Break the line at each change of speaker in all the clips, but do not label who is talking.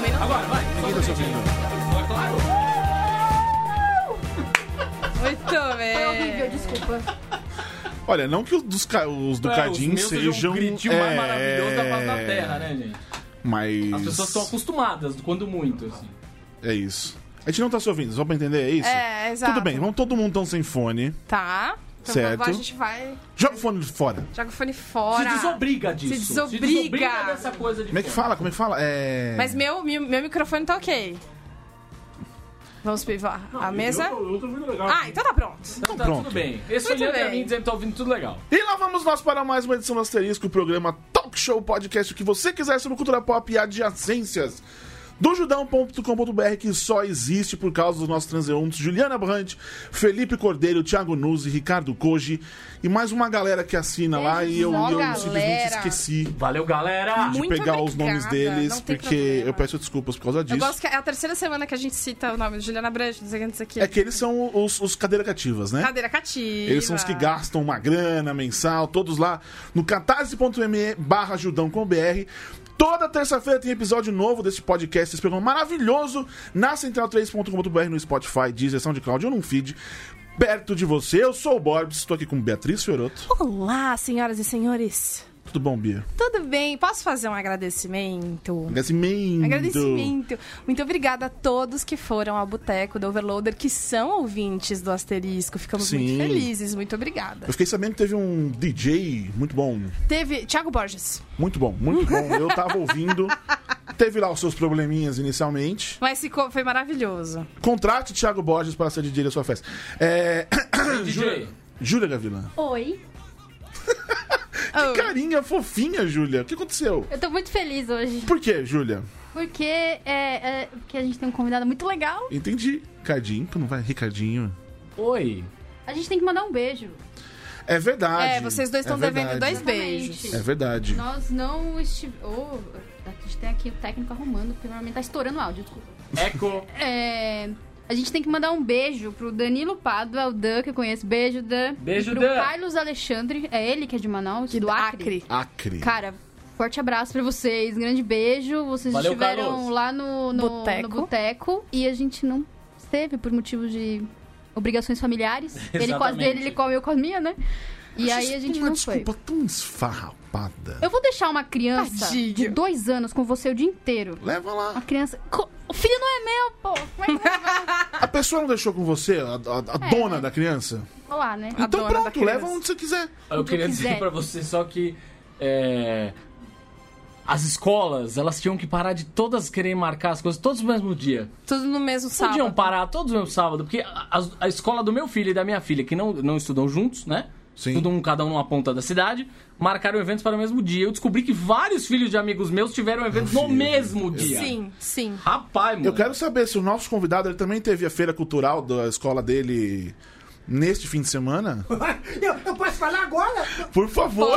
Vai, ninguém tá se ouvindo.
Muito bem.
Foi horrível, desculpa.
Olha, não que os, dos, ca- os do Cadinho
É, meus
sejam.
um gritinho mais
é,
maravilhoso da face da Terra, né, gente?
Mas.
As pessoas estão acostumadas, quando muito, assim.
É isso. A gente não tá se ouvindo, só pra entender, é isso?
É, exato.
Tudo bem, vamos todo mundo tão sem fone.
Tá. Então
Certo.
vamos lá, a gente vai.
Joga o fone fora.
Joga o fone
Se
fora.
desobriga disso.
desobriga.
desobriga dessa coisa de
Como é que
fora.
fala? Como é que fala? É.
Mas meu, meu, meu microfone tá ok. Vamos pivar a mesa?
Eu, eu tô muito legal.
Ah, então tá pronto.
Então tá
Pronto.
tudo bem. Esse
Muito
olhando pra
bem.
mim dizendo que tá ouvindo tudo legal.
E lá vamos nós para mais uma edição do Asterisco, o programa Talk Show Podcast, o que você quiser sobre cultura pop e adjacências. Do judão.com.br, que só existe por causa dos nossos transeuntes Juliana Brandt, Felipe Cordeiro, Thiago Nuzzi, Ricardo Koji e mais uma galera que assina lá e eu,
Ó,
eu simplesmente
galera.
esqueci
Valeu, galera!
de
Muito
pegar os
obrigada,
nomes deles,
não tem
porque
problema.
eu peço desculpas por causa
Eu
disso.
gosto que é a terceira semana que a gente cita o nome de Juliana Branco, dos Agentes aqui.
É que eles são os, os cadeira cativas, né?
Cadeira cativa.
Eles são os que gastam uma grana mensal, todos lá no catarse.me barra judão com BR. Toda terça-feira tem episódio novo desse podcast, esse programa maravilhoso, na central3.com.br, no Spotify, Deezer, SoundCloud ou num feed perto de você. Eu sou o Borbs, estou aqui com Beatriz Fioroto.
Olá, senhoras e senhores.
Tudo bom, Bia?
Tudo bem? Posso fazer um agradecimento?
Agradecimento.
Agradecimento. Muito obrigada a todos que foram ao Boteco do Overloader, que são ouvintes do Asterisco. Ficamos
Sim.
muito felizes. Muito obrigada.
Eu fiquei sabendo que teve um DJ muito bom,
Teve Thiago Borges,
muito bom, muito bom. Eu tava ouvindo. Teve lá os seus probleminhas inicialmente.
mas ficou, foi maravilhoso.
Contrate Thiago Borges para ser DJ da sua festa. É...
DJ,
Júlia Gavilã.
Oi.
Oh,
Carinha fofinha, Júlia. O que aconteceu?
Eu tô muito feliz hoje.
Por quê, Júlia?
Porque, é, é, porque a gente tem um convidado muito legal.
Entendi. Cadinho, tu não vai? Ricardinho.
oi.
A gente tem que mandar um beijo.
É verdade.
É, vocês dois estão
verdade.
devendo dois beijos.
Exatamente.
É verdade.
Nós não estivemos. a gente tem aqui o técnico arrumando, porque normalmente tá estourando o áudio, desculpa.
Eco.
É, a gente tem que mandar um beijo pro Danilo Pádua, o Dan, que eu conheço. Beijo, Dan.
Beijo,
e pro
Dan.
Carlos Alexandre, é ele que é de Manaus,
Que
do Acre.
Acre.
Cara, forte abraço pra vocês, grande beijo. Vocês
Valeu,
estiveram
Carlos.
lá no, no,
Boteco.
no boteco e a gente não esteve por motivos de obrigações familiares. ele com as
Exatamente.
dele, ele com eu com a minha, né? E
Acho
aí
isso
a gente
uma
não foi.
desculpa tão esfarrapada.
Eu vou deixar uma criança
Tadinho.
de dois anos com você o dia inteiro.
Leva
A
lá.
criança. Co- O filho não é meu, pô! Como é que vai
A pessoa não deixou com você, a, a- a
É.
dona da criança?
falar, né?
Ah,
A
então
dona da
pronto,
criança.
leva onde você quiser.
Eu
que
queria
quiser.
dizer pra você só que. é, As escolas, elas tinham que parar de todas quererem marcar as coisas todos no mesmo dia.
Tudo no mesmo sábado.
Podiam parar todos no mesmo sábado, porque a, a- a escola do meu filho e da minha filha, que não, não estudam juntos, né?
Sim.
Estudam um, cada um numa ponta da cidade, marcaram eventos para o mesmo dia. Eu descobri que vários filhos de amigos meus tiveram eventos no
filho.
mesmo dia.
Sim, sim.
Rapaz, mano.
Eu quero saber se o nosso convidado ele também teve a feira cultural da escola dele neste fim de semana.
Eu, eu posso falar agora?
Por favor.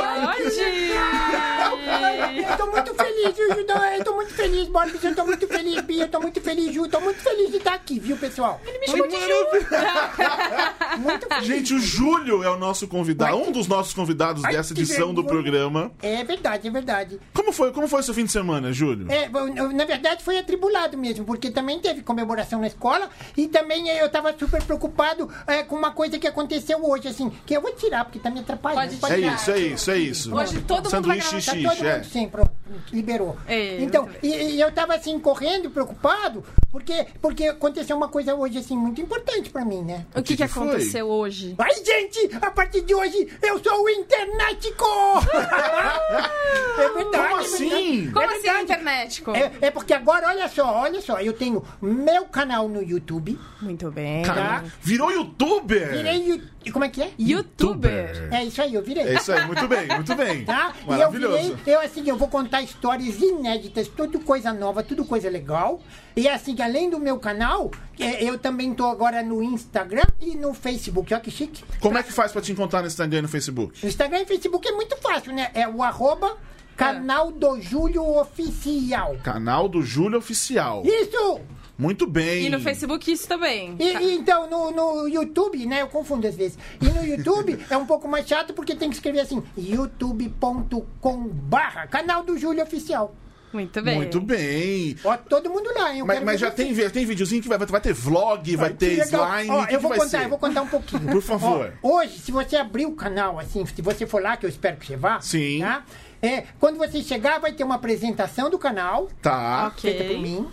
Pode!
Eu tô muito feliz, viu, Judão? Eu tô muito feliz, Boris. Eu tô muito feliz, Bia. Eu tô muito feliz, Ju. Tô muito feliz de estar aqui, viu, pessoal? Ele me chamou de Muito feliz.
Gente, o Júlio é o nosso convidado, um dos nossos convidados
Ai,
dessa
que
edição do
vergonha.
programa.
É verdade, é verdade.
Como foi, como foi seu fim de semana, Júlio?
É, bom, na verdade foi atribulado mesmo, porque também teve comemoração na escola e também eh, eu tava super preocupado eh, com uma coisa que aconteceu hoje, assim, que eu vou tirar, porque tá me atrapalhando.
Pode
É
tirar.
isso, é isso, é isso.
Hoje todo mundo
Sanduíche
vai
Tá
xixi,
todo
é.
mundo sim, pronto, liberou.
É,
então,
muito
e, e eu tava assim, correndo, preocupado, porque, porque aconteceu uma coisa hoje, assim, muito importante pra mim, né?
O que, que
que foi?
aconteceu hoje?
Ai, gente, a partir de hoje eu sou o Internético! é verdade,
Ah! Como
é verdade.
assim?
Como assim, internetico?
É, é porque agora, olha só, olha só, eu tenho meu canal no YouTube,
Muito bem.
tá?
Virou youtuber!
Virei. Yu- e Como é que é?
Youtuber.
É isso aí, eu virei.
É isso aí, muito bem, muito bem.
Tá? E eu virei,
Maravilhoso.
eu assim, eu vou contar histórias inéditas, tudo coisa nova, tudo coisa legal. E assim, além do meu canal, é, eu também tô agora no Instagram e no Facebook. Olha que chique.
Como é que faz pra te encontrar no Instagram e no Facebook?
O Instagram e Facebook é muito fácil, né? É o arroba canal do Júlio Oficial.
Canal do Júlio Oficial.
Isso!
Muito bem.
E no Facebook isso também.
E, e então, no, no YouTube, né? Eu confundo às vezes. E no YouTube é um pouco mais chato porque tem que escrever assim: youtube.com/barra canal do Júlio Oficial.
Muito bem.
Muito bem.
Ó, todo mundo lá, hein? Eu
Mas,
quero
mas
ver
já
vocês.
tem, vi- tem videozinho que vai, vai ter vlog, vai
Que
ter
legal.
slime.
Ó,
que
eu
que
vou
vai
contar,
ser?
eu vou contar um pouquinho.
Por favor.
Ó, hoje, se você abrir o canal, assim, se você for lá, que eu espero que você vá.
Sim.
Tá? É, quando você chegar, vai ter uma apresentação do canal,
Tá.
Ok.
feita por mim.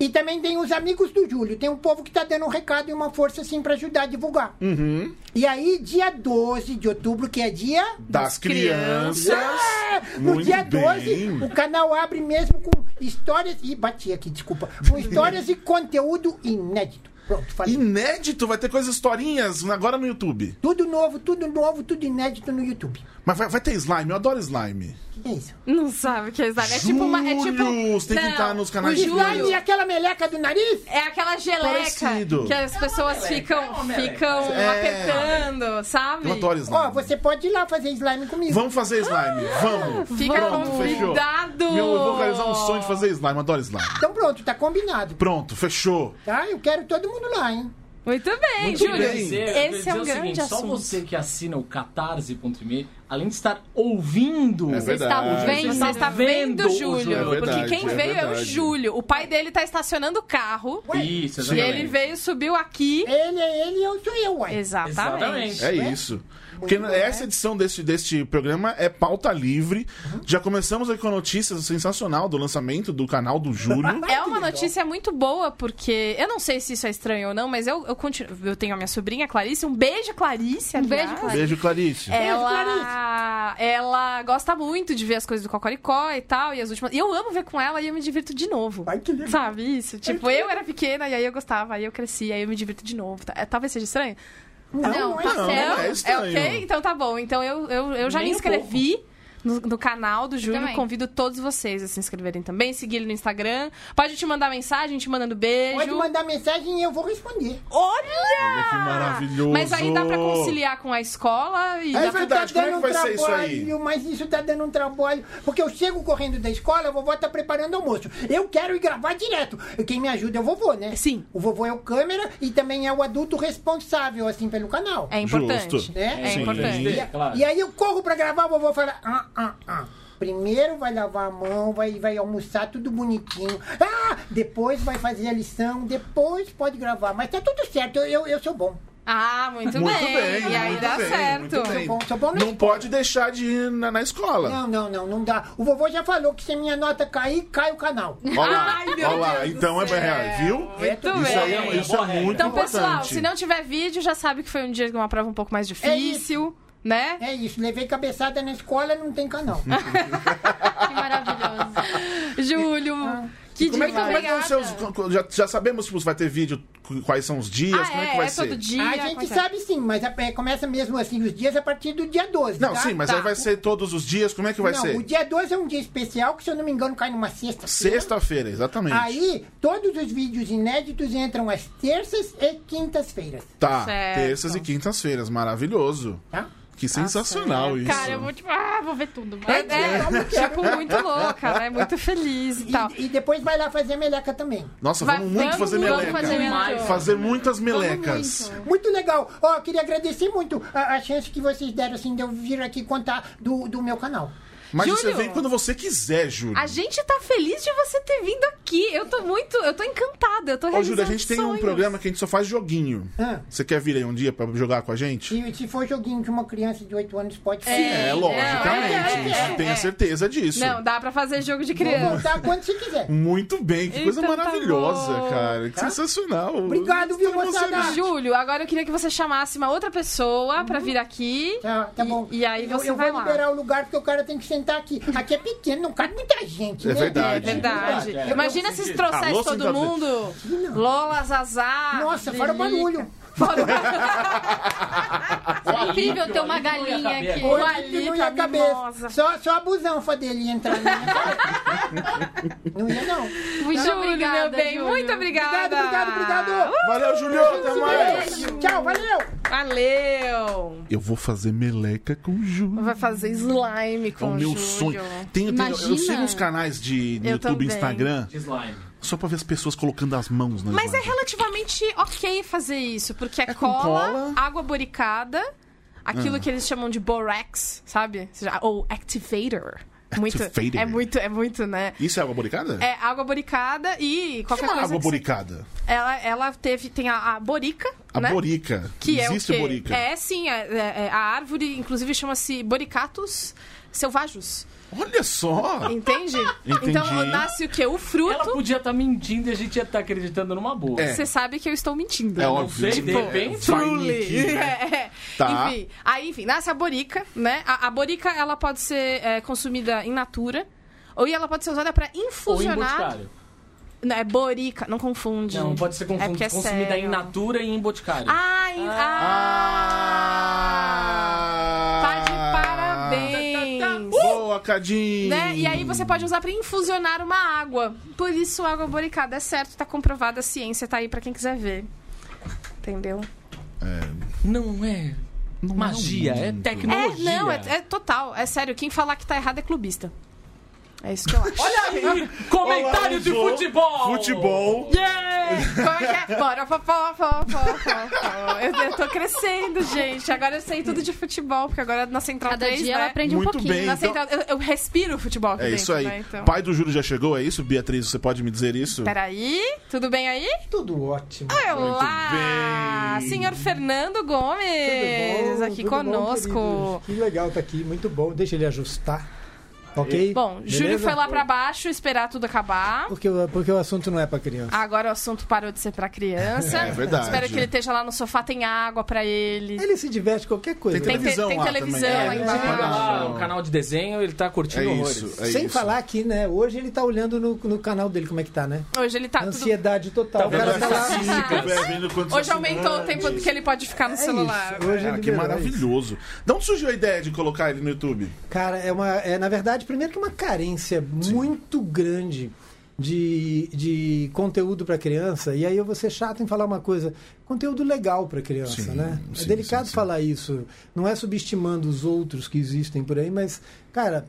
E também tem os amigos do Júlio. Tem um povo que tá dando um recado e uma força, assim, pra ajudar a divulgar.
Uhum.
E aí, dia 12 de outubro, que é dia...
Das crianças.
É! No
Muito
dia
bem.
12, o canal abre mesmo com histórias. e bati aqui, desculpa. Com histórias e conteúdo inédito. Pronto, falei.
Inédito, vai ter coisas historinhas agora no YouTube.
Tudo novo, tudo novo, tudo inédito no YouTube.
Mas vai, vai ter slime, eu adoro slime.
O que é isso?
Não sabe o que é slime. É tipo uma. É tipo...
Júlio, você tem que
Não,
entrar nos canais
o
de
Júlio
Slime é aquela meleca do nariz?
É aquela geleca
Parecido.
que as pessoas ficam, ficam
É.
apertando, sabe?
Eu adoro
Ó,
slime.
você é Ah! pode ir lá fazer slime comigo.
Vamos fazer slime, vamos.
Fica
Pronto, fechou.
convidado.
Meu, eu vou realizar um sonho de fazer slime, eu adoro slime.
Então pronto, tá combinado.
Pronto, fechou.
Tá? Eu quero todo mundo lá, hein?
Muito bem,
Muito
Júlio.
bem. Dizer, eu queria
Esse é
dizer
um
o
grande
seguinte, Só
assunto.
você que assina o catarse.me, além de estar ouvindo...
É verdade.
está vendo?
Você está vendo o Júlio,
É verdade,
porque quem
é
veio é o
verdade.
Júlio. O pai dele tá estacionando o carro
Isso,
e
exatamente.
ele veio, subiu aqui.
Ele é ele, eu sou eu, uai.
Exatamente.
É isso. Porque
né?
essa edição deste, deste programa é pauta livre.
Uhum.
Já começamos aqui com a notícia sensacional do lançamento do canal do Júlio.
É uma notícia muito boa, porque eu não sei se isso é estranho ou não, mas eu, eu, continuo, eu tenho a minha sobrinha, Clarice. Um beijo, Clarice.
Um beijo,
aliás.
Clarice.
Beijo, Clarice.
Ela, ela gosta muito de ver as coisas do Cocoricó e tal, e as últimas. E eu amo ver com ela e eu me divirto de novo.
Ai, que legal.
Sabe isso? Tipo, eu era pequena e aí eu gostava, aí eu cresci, aí eu me divirto de novo. Tá- é, Talvez seja estranho.
Não,
é
tá
não.
certo.
é estranho.
Então, ok? Então tá bom. Então eu, eu, eu já
Nem
me
um
inscrevi. No, no canal do Júlio,
também.
convido todos vocês a se inscreverem também, seguir ele no Instagram. Pode te mandar mensagem, te mandando beijo.
Pode mandar mensagem e eu vou responder.
Olha!
Olha que maravilhoso!
Mas aí dá pra conciliar com a escola e
É
dá
verdade. como é que vai ser isso aí?
trabalho, Mas isso tá dando um trabalho. Porque eu chego correndo da escola, a vovó tá preparando almoço. Eu quero ir gravar direto. E Quem me ajuda é o vovô, né?
Sim.
O vovô é o câmera e também é o adulto responsável, assim, pelo canal.
É importante.
Justo.
Né?
É
Sim.
importante.
E,
É, claro.
e aí eu corro pra gravar, o vovô fala. Ah, ah, ah. Primeiro vai lavar a mão, vai, vai almoçar tudo bonitinho. Ah! Depois vai fazer a lição, depois pode gravar. Mas tá tudo certo, eu, eu, eu sou bom.
Ah, muito,
Muito
bem.
bem,
E aí
muito
dá
bem,
certo.
muito bem.
Sou Tá bom, sou bom na
Não pode deixar de ir na, na escola.
Não, não, não, não dá. O vovô já falou que se a minha nota cair, cai o canal.
Olha lá,
Ai, meu
olha lá.
Deus do
Então é
céu.
real, viu?
É tudo
Muito
Isso aí
bem.
é, isso é
Boa regra.
muito
Então,
importante.
pessoal, se não tiver vídeo, já sabe que foi um dia de uma prova um pouco mais
É
difícil, né?
É isso, levei cabeçada na escola, não tem canal.
Que maravilhoso.
Júlio, que
É. Como é que,
demais.
como é que vão ser os. Já, já sabemos tipo, se vai ter vídeo, cu- quais são os dias,
Ah,
como é
é,
que vai
é
ser?
todo dia.
a
como é
gente
que é?
sabe sim, mas a- é, começa mesmo assim os dias a partir do dia 12.
Não,
tá?
sim, mas
Tá.
aí vai ser todos os dias, como é que vai
Não,
ser?
o dia 12 é um dia especial que, se eu não me engano, cai numa sexta.
Sexta-feira, exatamente.
Aí, todos os vídeos inéditos entram às terças e quintas-feiras,
Tá,
Certo.
terças e quintas-feiras, maravilhoso.
tá?
Que sensacional isso.
Cara, eu vou, tipo, ah, vou ver tudo.
É,
É, é,
é.
tipo, muito louca, né? Muito feliz e tal.
E, e depois vai lá fazer meleca também.
Nossa,
Vai-
vamos muito
vamos
fazer
muito
meleca.
fazer
Fazer,
meleca.
muitas melecas.
Muito legal. Ó, queria agradecer muito a, a chance que vocês deram, assim, de eu vir aqui contar do, do meu canal.
Mas você
Júlio.
vem quando você quiser, Júlio.
A gente tá feliz de você ter vindo aqui. Eu tô muito, eu tô encantada, eu tô
Ô, Júlio, a
realizando
gente tem um
sonhos.
programa que a gente só faz joguinho.
Ah.
Você quer vir aí um dia pra jogar com a gente?
Se, se for joguinho de uma criança de 8 anos, pode
É,
ser.
logicamente.
é, é,
isso,
é,
tenha
é.
certeza disso.
Não, dá pra fazer jogo de
Vou
criança.
voltar quando você quiser.
Muito bem, que coisa
Então tá
maravilhosa,
bom. Tá?
cara. Que sensacional.
Obrigado, viu, moçada?
Júlio, agora eu queria que você chamasse uma outra pessoa
Uhum.
pra vir
É,
aqui.
Tá, tá
E-
bom.
E, aí você
eu, eu
vai
vou
lá.
liberar o lugar porque o cara tem que sentar aqui. Aqui é pequeno, não cabe muita gente.
É
né?
verdade.
É verdade.
É.
Imagina se trouxesse
Alô,
todo
Central Três.
mundo. Lola, Zazá.
Nossa, fora o
Lilica.
barulho.
Fora o barulho.
É incrível ter uma
Olha, olha,
galinha
olha,
aqui.
olha.
Hoje que não ia
Lalica
cabeça.
mimosa.
Só, só a busanfa dele ia entrar. na minha casa. não ia, não.
Muito
Júlio,
obrigada,
meu bem,
Júlio.
muito obrigada.
Obrigado, obrigado, obrigado.
Valeu, Júlio. Até mais.
Beijo. Tchau, valeu.
Valeu.
Eu vou fazer meleca com o Júlio.
Vai fazer slime com
É o
o
meu
Júlio.
sonho. Tem, tem- eu, eu
Imagina.
sigo uns canais de no
Eu
YouTube
também.
e Instagram
Slime.
só pra ver as pessoas colocando as mãos na
Mas é
slime.
relativamente ok fazer isso, porque é,
com
cola,
cola.
água
Ah.
boricada, aquilo que eles chamam de borax, sabe? Ou activator. Muito,
Activated.
é muito, é muito, né?
Isso é água boricada?
É água boricada e
O que
qualquer
é uma
coisa.
água
que você-
boricada?
ela, ela teve, tem a, a borica,
A
né?
borica.
Que
Existe
é o quê?
borica.
É, sim. é- é- é- a árvore, inclusive, chama-se boricatos selvajos.
Olha só!
Entende?
Ah. Entendi.
Então, nasce o quê? O
Ela
fruto.
podia estar mentindo e a gente ia estar acreditando numa boa.
É.
Você sabe que eu estou mentindo.
É
né?
óbvio.
sei, de
Tipo,
repente,
vai
Truly.
mentir, né?
É.
Tá.
Enfim, aí, enfim, nasce a borica, né? A, a borica, ela pode ser é, consumida em natura. Ou ela pode ser usada pra
Ou em
infusionar.
boticário.
Não, é borica, não confunde.
Não, pode ser
É porque
confundida,
é
consumida
sério.
em natura e em boticário.
Ah, em- ah! Tá de
Tá,
parabéns!
Uh!
Boa, Cadinho!
Né? E aí você pode usar pra infusionar uma água. Por isso água boricada é certo, tá comprovada a ciência, tá aí pra quem quiser ver. Entendeu?
Não é magia, é
É,
tecnologia.
não, é, é total. É sério, quem falar que tá errado é clubista. É isso que eu acho.
Olha aí! Comentário de
usou
futebol!
Futebol.
Yeah!
Como é que é? Bora, pó, pó, pó, pó, pó, pó. Eu, eu tô crescendo, gente. Agora eu sei tudo de futebol, porque agora na Central
Cada
3,
dia ela
né?
aprende
Muito
um pouquinho.
bem.
Na
Então-
Central, eu, eu respiro futebol aqui
É
dentro,
isso aí.
né? Então...
Pai do Júlio já chegou, é isso? Beatriz, você pode me dizer isso?
Peraí, tudo bem aí?
Tudo ótimo.
Ah, Olá!
bem.
Senhor Fernando
Tudo
Gomes
bom,
é, aqui
tudo bom,
conosco.
queridos? que legal tá aqui, muito bom. Deixa ele ajustar. Ok?
Bom, Júlio
Beleza?
foi lá pra baixo esperar tudo acabar.
Porque, o- porque o assunto não é pra criança.
Agora o assunto parou de ser pra criança.
É verdade.
Espero que ele esteja lá no sofá, tem água pra ele.
Ele se diverte com qualquer coisa.
Ah.
né?
Tem, te-
Televisão
tem
lá
televisão
também.
ainda.
É,
Olha lá,
Não.
um canal de desenho, ele tá
É
curtindo horrores.
isso, é
Sem
isso.
falar aqui, né? Hoje ele tá olhando no, no canal dele como é que tá, né?
Hoje ele tá tudo
Ansiedade total.
Tá
O cara
vendo
tá lá.
essa
É
Física, velho, vendo quantos
Hoje aumentou o
assinantes.
tempo que ele pode ficar Tá
É
no celular.
isso. Hoje
Cara,
ele
que
liberou, é isso.
maravilhoso. De onde surgiu a ideia de colocar ele no YouTube?
Cara, é uma. É, na verdade, primeiro que uma carência muito grande de, de conteúdo para criança. E aí eu vou ser chato em falar uma coisa. Conteúdo legal para criança,
Sim,
né?
sim,
é delicado
sim, sim.
falar isso. Não é subestimando os outros que existem por aí, mas, cara.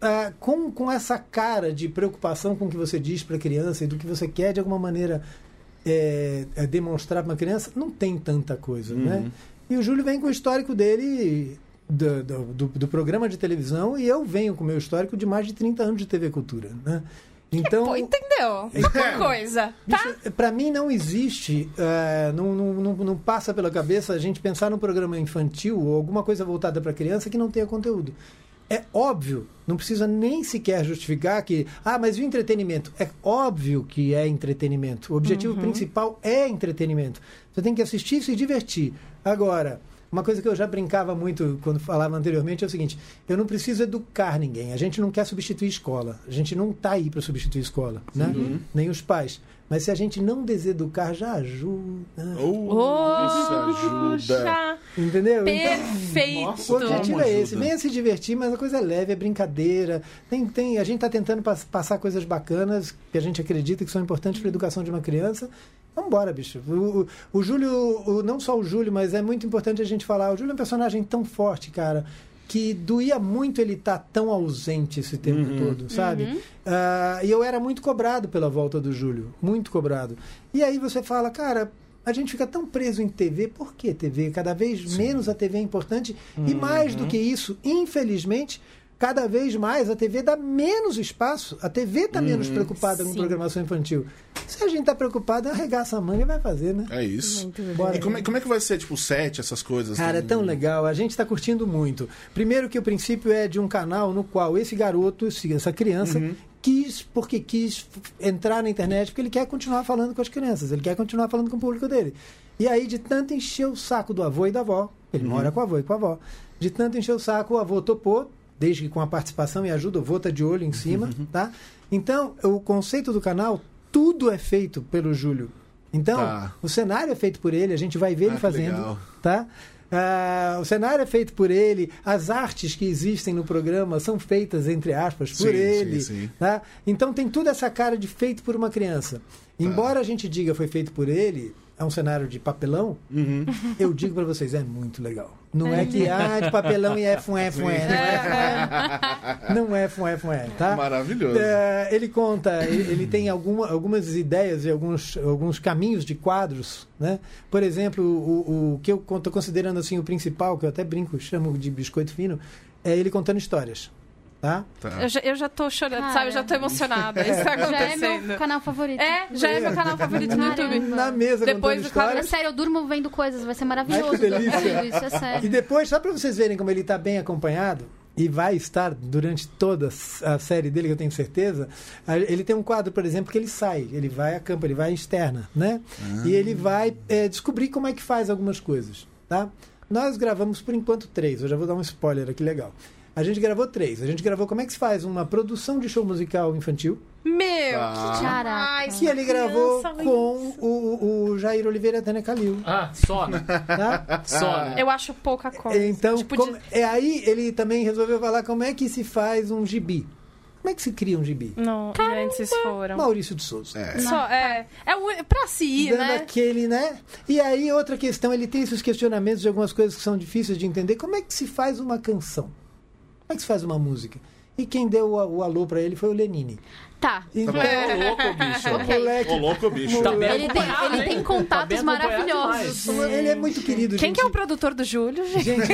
ah, com, com essa cara de preocupação com o que você diz para criança e do que você quer de alguma maneira é, é, demonstrar para uma criança, não tem tanta coisa, né? E o Júlio vem com o histórico dele do, do, do- do programa de televisão e eu venho com o meu histórico de mais de 30 anos de TV Cultura, né? Então,
Pô, entendeu?
É.
Uma coisa, tá?
bicho, pra mim não existe, é, não, não, não, não passa pela cabeça a gente pensar num programa infantil ou alguma coisa voltada para criança que não tenha conteúdo. É óbvio, não precisa nem sequer justificar que, ah, mas e o entretenimento? É óbvio que é entretenimento. O objetivo principal é entretenimento. Você tem que assistir e se divertir. Agora, uma coisa que eu já brincava muito quando falava anteriormente é o seguinte: eu não preciso educar ninguém. A gente não quer substituir escola. A gente não está aí para substituir escola, né? Nem os pais. Mas se a gente não deseducar, já ajuda.
Oh, isso ajuda.
Poxa,
Entendeu? Então,
perfeito.
O
Nossa,
objetivo
Como
é esse,
ajuda.
venha se divertir, mas a coisa é leve, é brincadeira. Tem, tem, a gente está tentando pas- passar coisas bacanas que a gente acredita que são importantes para a educação de uma criança. Vambora, bicho. O, o, o Júlio, o- não só o Júlio, mas é muito importante a gente falar. O Júlio é um personagem tão forte, cara, que doía muito ele estar tão ausente esse tempo todo, sabe? Ah, e eu era muito cobrado pela volta do Júlio, muito cobrado. E aí você fala, cara, a gente fica tão preso em TV, por que TV? Cada vez menos a TV é importante
Uhum.
e mais do que isso, infelizmente, cada vez mais a TV dá menos espaço, a TV está menos
Uhum.
preocupada com
Sim.
programação infantil. Se a gente está preocupado, arregaça a manga e vai fazer, né?
É isso.
Bora.
E como é, como é que vai ser, tipo, o set, essas coisas? né?
Cara, é
Tem-
tão legal. A gente está curtindo muito. Primeiro que o princípio é de um canal no qual esse garoto, esse- essa criança,
Uhum.
quis, porque quis f- entrar na internet, porque ele quer continuar falando com as crianças, ele quer continuar falando com o público dele. E aí, de tanto encher o saco do avô e da avó,
Uhum.
ele mora com o avô e com a avó, de tanto encher o saco, o avô topou, desde que com a participação e ajuda, o avô tá de olho em cima,
Uhum.
tá? Então, o conceito do canal, tudo é feito pelo Júlio. Então,
Tá.
o cenário é feito por ele, a gente vai ver
Ah,
ele
que
fazendo,
legal.
tá? Ah, o cenário é feito por ele, as artes que existem no programa são feitas, entre aspas, por
Sim, sim,
ele.
sim. Tá.
Tá? Então tem toda essa cara de feito por uma criança. Embora a gente diga foi feito por ele, é um cenário de papelão,
Uhum.
eu digo pra vocês, é muito legal. Não é que, ah, de papelão e é fué, fué, não é fué. Não é fué, fué, tá?
Ah. Maravilhoso.
É, ele conta, ele, ele tem alguma- algumas ideias e alguns, alguns caminhos de quadros, né? Por exemplo, o, o que eu estou considerando assim o principal, que eu até brinco, chamo de biscoito fino, é ele contando histórias. tá?
Tá.
Eu já, eu já tô chorando,
Cara.
sabe? Eu já tô emocionada. Isso tá
Já é
acontecendo.
meu canal favorito.
É, já é meu canal favorito no
Caramba.
YouTube.
Na mesa
Uhum. Depois
contando
do cara-
É
histórias.
sério, eu durmo vendo coisas, vai ser
Ai,
maravilhoso
que delícia.
dormir isso, é sério.
E depois, só para vocês verem como ele está bem acompanhado, e vai estar durante toda a série dele, que eu tenho certeza, a- ele tem um quadro, por exemplo, que ele sai, ele vai a campo, ele vai à externa, né? E ele vai é, descobrir como é que faz algumas coisas, tá? Nós gravamos, por enquanto, três. Eu já vou dar um spoiler aqui legal. A gente gravou três. A gente gravou como é que se faz uma produção de show musical infantil,
Meu,
Ah.
que
Caraca.
demais.
que ele gravou
criança,
com o, o Jair Oliveira e a Tânia Calil,
Ah, só, né?
tá?
Só, né?
Eu acho pouca coisa.
Então,
tipo,
como-
de...
é aí ele também resolveu falar como é que se faz um gibi. Como é que se cria um gibi?
Não, e antes foram.
Maurício de Souza.
É.
Só, é, é o- pra se ir,
Dando
né?
aquele, né? E aí, outra questão, ele tem esses questionamentos de algumas coisas que são difíceis de entender. Como é que se faz uma canção? Como é que se faz uma música? E quem deu o, o alô pra ele foi o Lenine.
Tá.
Então,
Ô, louco, bicho.
Ok.
Ô, louco, bicho.
Tá bem
Ele tem,
acompanhado,
ele
hein?
tem
Tá bem
contatos
acompanhado
maravilhosos.
ele é muito querido,
Quem
gente.
que é o produtor do Júlio, gente?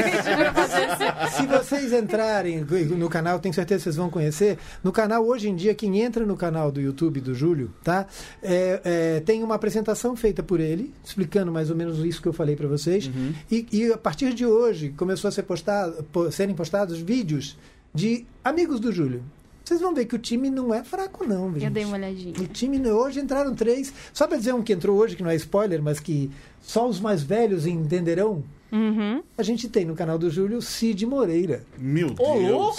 Se vocês entrarem no canal, tenho certeza que vocês vão conhecer. No canal, hoje em dia, quem entra no canal do YouTube do Júlio, tá? É, é, tem uma apresentação feita por ele, explicando mais ou menos isso que eu falei pra vocês. E, e a partir de hoje, começou a ser postado, po- serem postados vídeos de amigos do Júlio. Vocês vão ver que o time não é fraco, não, gente.
Eu dei uma olhadinha.
O time no- hoje entraram três. Só pra dizer um que entrou hoje, que não é spoiler, mas que só os mais velhos entenderão. A gente tem no canal do Júlio o Cid Moreira.
Meu
Ô,
Deus.
louco!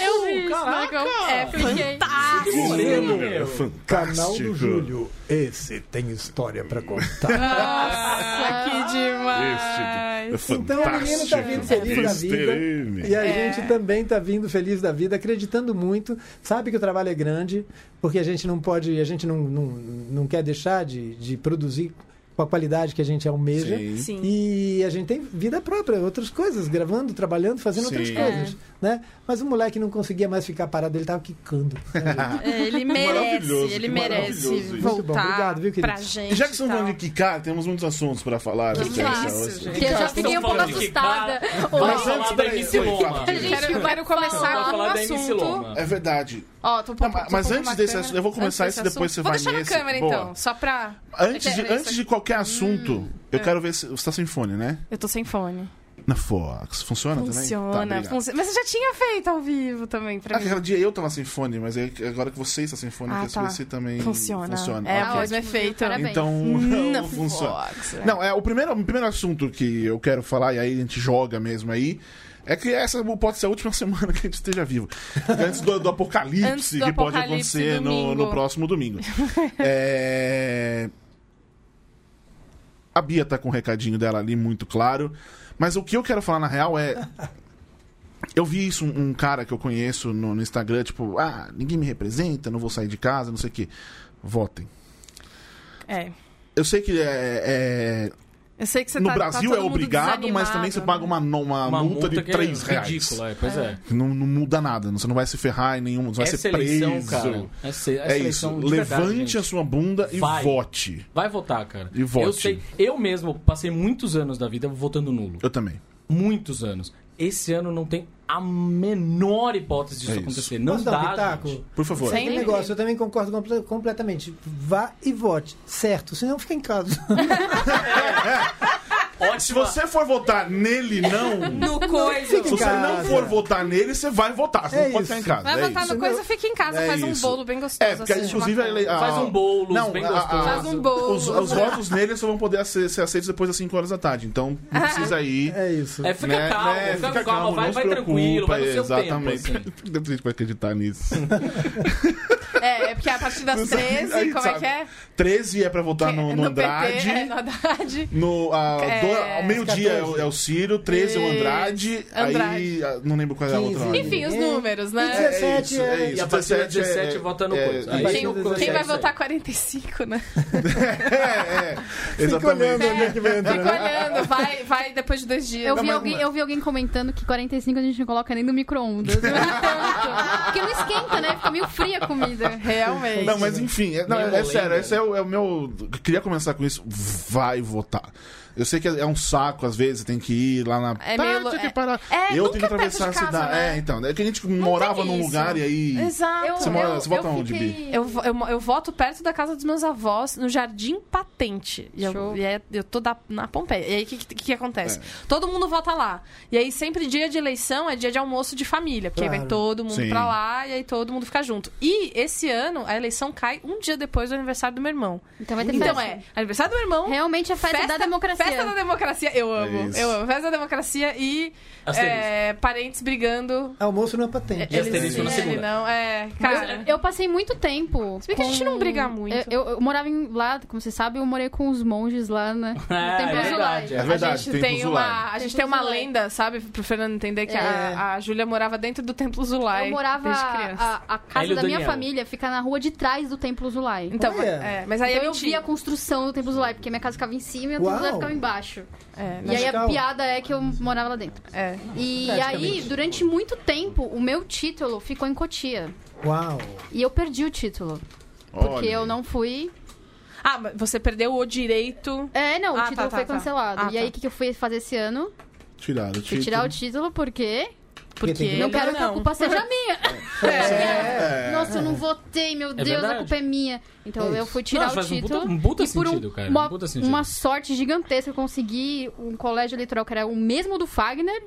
Caraca!
É fantástico.
Que moreno,
É
meu.
Canal do
fantástico.
Júlio. Esse tem história pra contar.
Nossa, que demais.
Este é fantástico.
Então o menino tá vindo feliz da vida. E a gente também tá vindo feliz da vida, acreditando muito. Sabe que o trabalho é grande, porque a gente não pode, a gente não, não, não quer deixar de, de produzir com a qualidade que a gente almeja.
Sim.
Sim.
E a gente tem vida própria, outras coisas, gravando, trabalhando, fazendo outras
Sim.
É.
coisas, né? Mas o moleque não conseguia mais ficar parado, ele tava quicando.
É,
tá. É, Ele merece,
Maravilhoso,
ele
que maravilhoso
merece
isso.
Muito bom,
voltar
obrigado, viu, querido?
pra gente.
E já que estamos
e tal.
falando de Kikar, temos muitos assuntos pra falar. Assim,
Que
Vicente,
fácil,
hoje.
gente.
Porque eu já
Vocês
fiquei um
estão
pouco
falando de
assustada.
Vai
Mas
Hoje,
antes
falar
da
da MC
Nicole.
Loma.
Vai
Quero, quero começar
Vai
com um
falar da MC
assunto.
Loma.
É verdade.
Ó, tô um
Não,
pouco- tô
mas
um pouco
antes
na
desse
câmera.
assunto- eu vou começar
Antes
esse,
desse
depois
assunto.
você
vou
vai
deixar
nesse.
na câmera,
Boa.
então, só pra...
Antes de,
Eu quero
antes
isso
de qualquer assunto,
É.
eu quero ver se. Você tá sem fone, né?
Eu tô sem fone.
Na Fox. Funciona, também?
Funciona,
Tá, obrigado.
funciona. Mas você já tinha feito ao vivo também pra
Ah,
mim.
aquele dia eu tava sem fone, mas aí agora que você está sem fone,
Ah,
que é
tá.
você também
Funciona.
funciona.
É,
Ok.
o mesmo
Ótimo, viu?
efeito.
Parabéns.
Então,
Na
não funciona.
Fox, né?
Não, é o primeiro, o primeiro assunto que eu quero falar, e aí a gente joga mesmo aí, é que essa pode ser a última semana que a gente esteja vivo. Antes do, do apocalipse
Antes do
que pode
apocalipse,
acontecer no,
domingo.
no próximo domingo. É... A Bia tá com o recadinho dela ali muito claro. Mas o que eu quero falar na real é. Eu vi isso, um, um cara que eu conheço no, no Instagram, tipo, ah, ninguém me representa, não vou sair de casa, não sei o quê. Votem.
É.
Eu sei que é- é,
Eu sei que você
no
tá, tá
Brasil
todo
é
mundo
obrigado, mas também
desanimado,
você
né?
paga uma, no- uma,
Uma
multa, de
que
3
é
reais.
ridícula, é, pois é.
Não, não muda nada, você não vai se ferrar em nenhum, não vai
Essa
ser
eleição,
preso.
É cara. Essa, essa
é isso.
eleição de verdade,
Levante
gente.
a sua bunda e
Vai.
vote.
Vai votar, cara.
E vote.
Eu sei, eu mesmo passei muitos anos da vida votando nulo.
Eu também.
Muitos anos. Esse ano não tem a menor hipótese disso
É isso.
acontecer. Não
Posso dar um
dá.
pitaco?
gente.
Por favor.
Sem-
Tem
Entendi.
negócio, eu também concordo comple- completamente. Vá e vote, certo? Senão fica em casa.
É, Se
Ótima,
você for votar nele, não.
No coisa.
se você
casa.
não for votar nele, você vai votar. Você
É
não pode
isso.
ficar em casa.
Vai
é
votar
isso.
no coisa, fica em casa,
É
faz um
isso.
bolo bem gostoso.
É, porque
assim, de uma
inclusive a,
coisa.
ele- a-
Faz um bolo,
Não,
bem
a- a-
gostoso.
Faz um bolo.
Os, os votos nele só vão poder ser, ser aceitos depois das 5 horas da tarde. Então, não precisa ir.
É isso.
É, fica
né?
calmo,
Né?
fica, calmo, vai,
não
vai
se
tranquilo, vai no seu
preocupa,
tempo. assim.
Exatamente. Tem gente que vai acreditar nisso.
É, é porque a partir das
A
13,
gente
como é
sabe.
que é?
13 é pra votar no, no, Andrade.
PT, é, no Haddad.
No, ah,
É,
do- ao meio-dia é, o-
14.
é o Ciro, 13 é o Andrade, aí
Andrade.
ah, não lembro qual é a outra.
15.
ordem.
Enfim, os
É.
números,
E
né?
17
isso, é
é-
isso.
E a partir das 17 vota no coisa. Aí
Quem,
Quem-
não-
quem vai
isso aí.
votar 45, né?
É, é,
olhando
né?
exatamente.
onde é que vai
Fica
entrar.
né?
olhando, vai, vai depois de dois dias.
Eu vi, alguém, eu vi alguém comentando que 45 a gente não coloca nem no micro-ondas. Não é tanto. Porque não esquenta, né? Fica meio fria a comida.
realmente.
Não, mas enfim, é, não,
Meio
é
molenga.
sério, esse
né?
é o, é o meu. eu Queria começar com isso. Vai votar. Eu sei que é é um saco, às vezes, tem que ir lá na. Tá,
É meio lo-
tinha
é-
que parar.
é, nunca
eu tenho que
é perto de
atravessar a
casa,
cidade.
né?
É, então. É que a gente morava
tem
num
isso.
lugar e aí.
Exato.
Eu,
Você mora- você vota onde, Bi?
fiquei-
Eu, vo- eu, mo- eu voto perto da casa dos meus avós, no Jardim Patente. E eu,
Show.
e é- eu tô da- na Pompeia. E aí, o que, que, que
É.
acontece? Todo mundo vota lá. E aí, sempre dia de eleição é dia de almoço de família. Porque aí vai
Claro.
todo mundo
Sim.
pra lá e aí todo mundo fica junto. E esse ano, a eleição cai um dia depois do aniversário do meu irmão.
Então vai ter
Então
festa.
é, aniversário do meu irmão...
Realmente a festa, da democracia.
Festa da democracia, eu
É
amo.
isso.
eu amo. Festa da democracia e
Asterisco.
é, parentes brigando.
Almoço não é patente.
E asterisco na
ele
segunda.
não, é. Cara,
Eu passei muito tempo.
Se bem que a gente não briga muito.
Eu, eu- eu morava em, lá, como vocês sabem, eu morei com os monges lá, né? No
É, é
templo do
verdade,
Zulai.
É verdade,
a gente
tem
tem,
templo
uma,
Zulai.
a gente
Templo
tem uma
Zulai.
lenda, sabe? Pro Fernando entender que
É.
a, a Júlia morava dentro do Templo Zulai.
Eu morava.
desde criança.
A, a casa
Hélio
da minha
Daniel.
família fica na rua de trás do templo Zulai.
Então,
Olha.
é, mas aí
Então
é
eu vi
mentira.
a construção do templo Zulai, porque minha casa ficava em cima e o templo
Uau.
Zulai ficava embaixo.
É,
E aí a
Legal.
piada é que eu morava lá dentro.
é.
E aí,
Praticamente.
durante muito tempo, o meu título ficou em Cotia.
Uau.
E eu perdi o título. Porque
Olha.
eu não fui.
Ah, mas você perdeu o direito.
É, não,
Ah,
o título
tá, tá,
foi
tá.
cancelado.
Ah,
e aí, o
tá.
que, que eu fui fazer esse ano?
Tirar o
Fui
título.
tirar o título porque.
Porque
Porque tem que-
Eu
Ele
quero que a
não.
culpa seja minha.
É.
Nossa, eu não votei, meu Deus,
verdade.
a culpa é minha. Então
É
eu
isso.
fui tirar
Não,
o
faz um
título.
puta- um puta
e por
sentido, cara, um
Uma,
puta sentido.
uma sorte gigantesca, eu consegui um colégio eleitoral que era o mesmo do Fagner,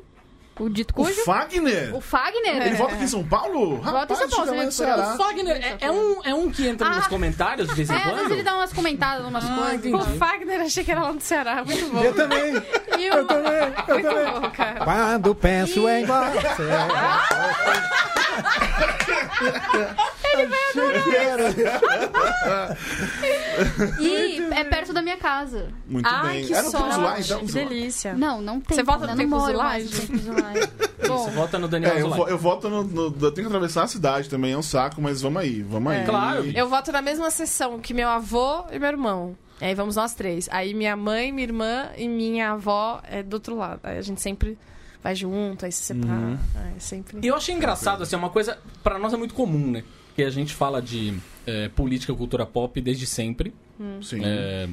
o dito
O
cujo.
Fagner?
O Fagner. É.
É.
Ele vota aqui em São Paulo?
Vota em São
Rapaz, chega
Paulo,
lá
né,
no
doutora?
Ceará.
Wagner é, é um, é um que entra nos
Ah.
comentários de vez em
É, às
quando?
vezes ele dá umas comentadas, umas
Ah,
coisas.
entendi.
O Fagner, achei que era lá do Ceará. Muito bom.
Eu também.
E o-
Eu também. Eu
Muito
também.
bom, cara.
Quando penso em você. Ele vai
E é perto da minha casa.
Muito
Ai,
bem.
que
Era o Templo Zulai,
sorte.
então.
Que
Zulai.
delícia.
Não, não tem.
Você vota no
eu
Templo
não moro
Zulai,
mais no
gente?
Templo Zulai.
Você vota no Daniel
É, eu,
Zulai.
vo- eu voto no, no- Eu tenho que atravessar a cidade também, é um saco, mas vamos aí, vamos
É,
aí.
Claro.
Eu voto na mesma sessão que meu avô e meu irmão. E aí vamos nós três. Aí minha mãe, minha irmã e minha avó é do outro lado. Aí a gente sempre vai junto, aí se separa. É, sempre.
Uhum. E eu achei engraçado, assim, é uma coisa pra nós é muito comum, né? Que a gente fala de é, política, cultura pop desde sempre.
Sim.
É,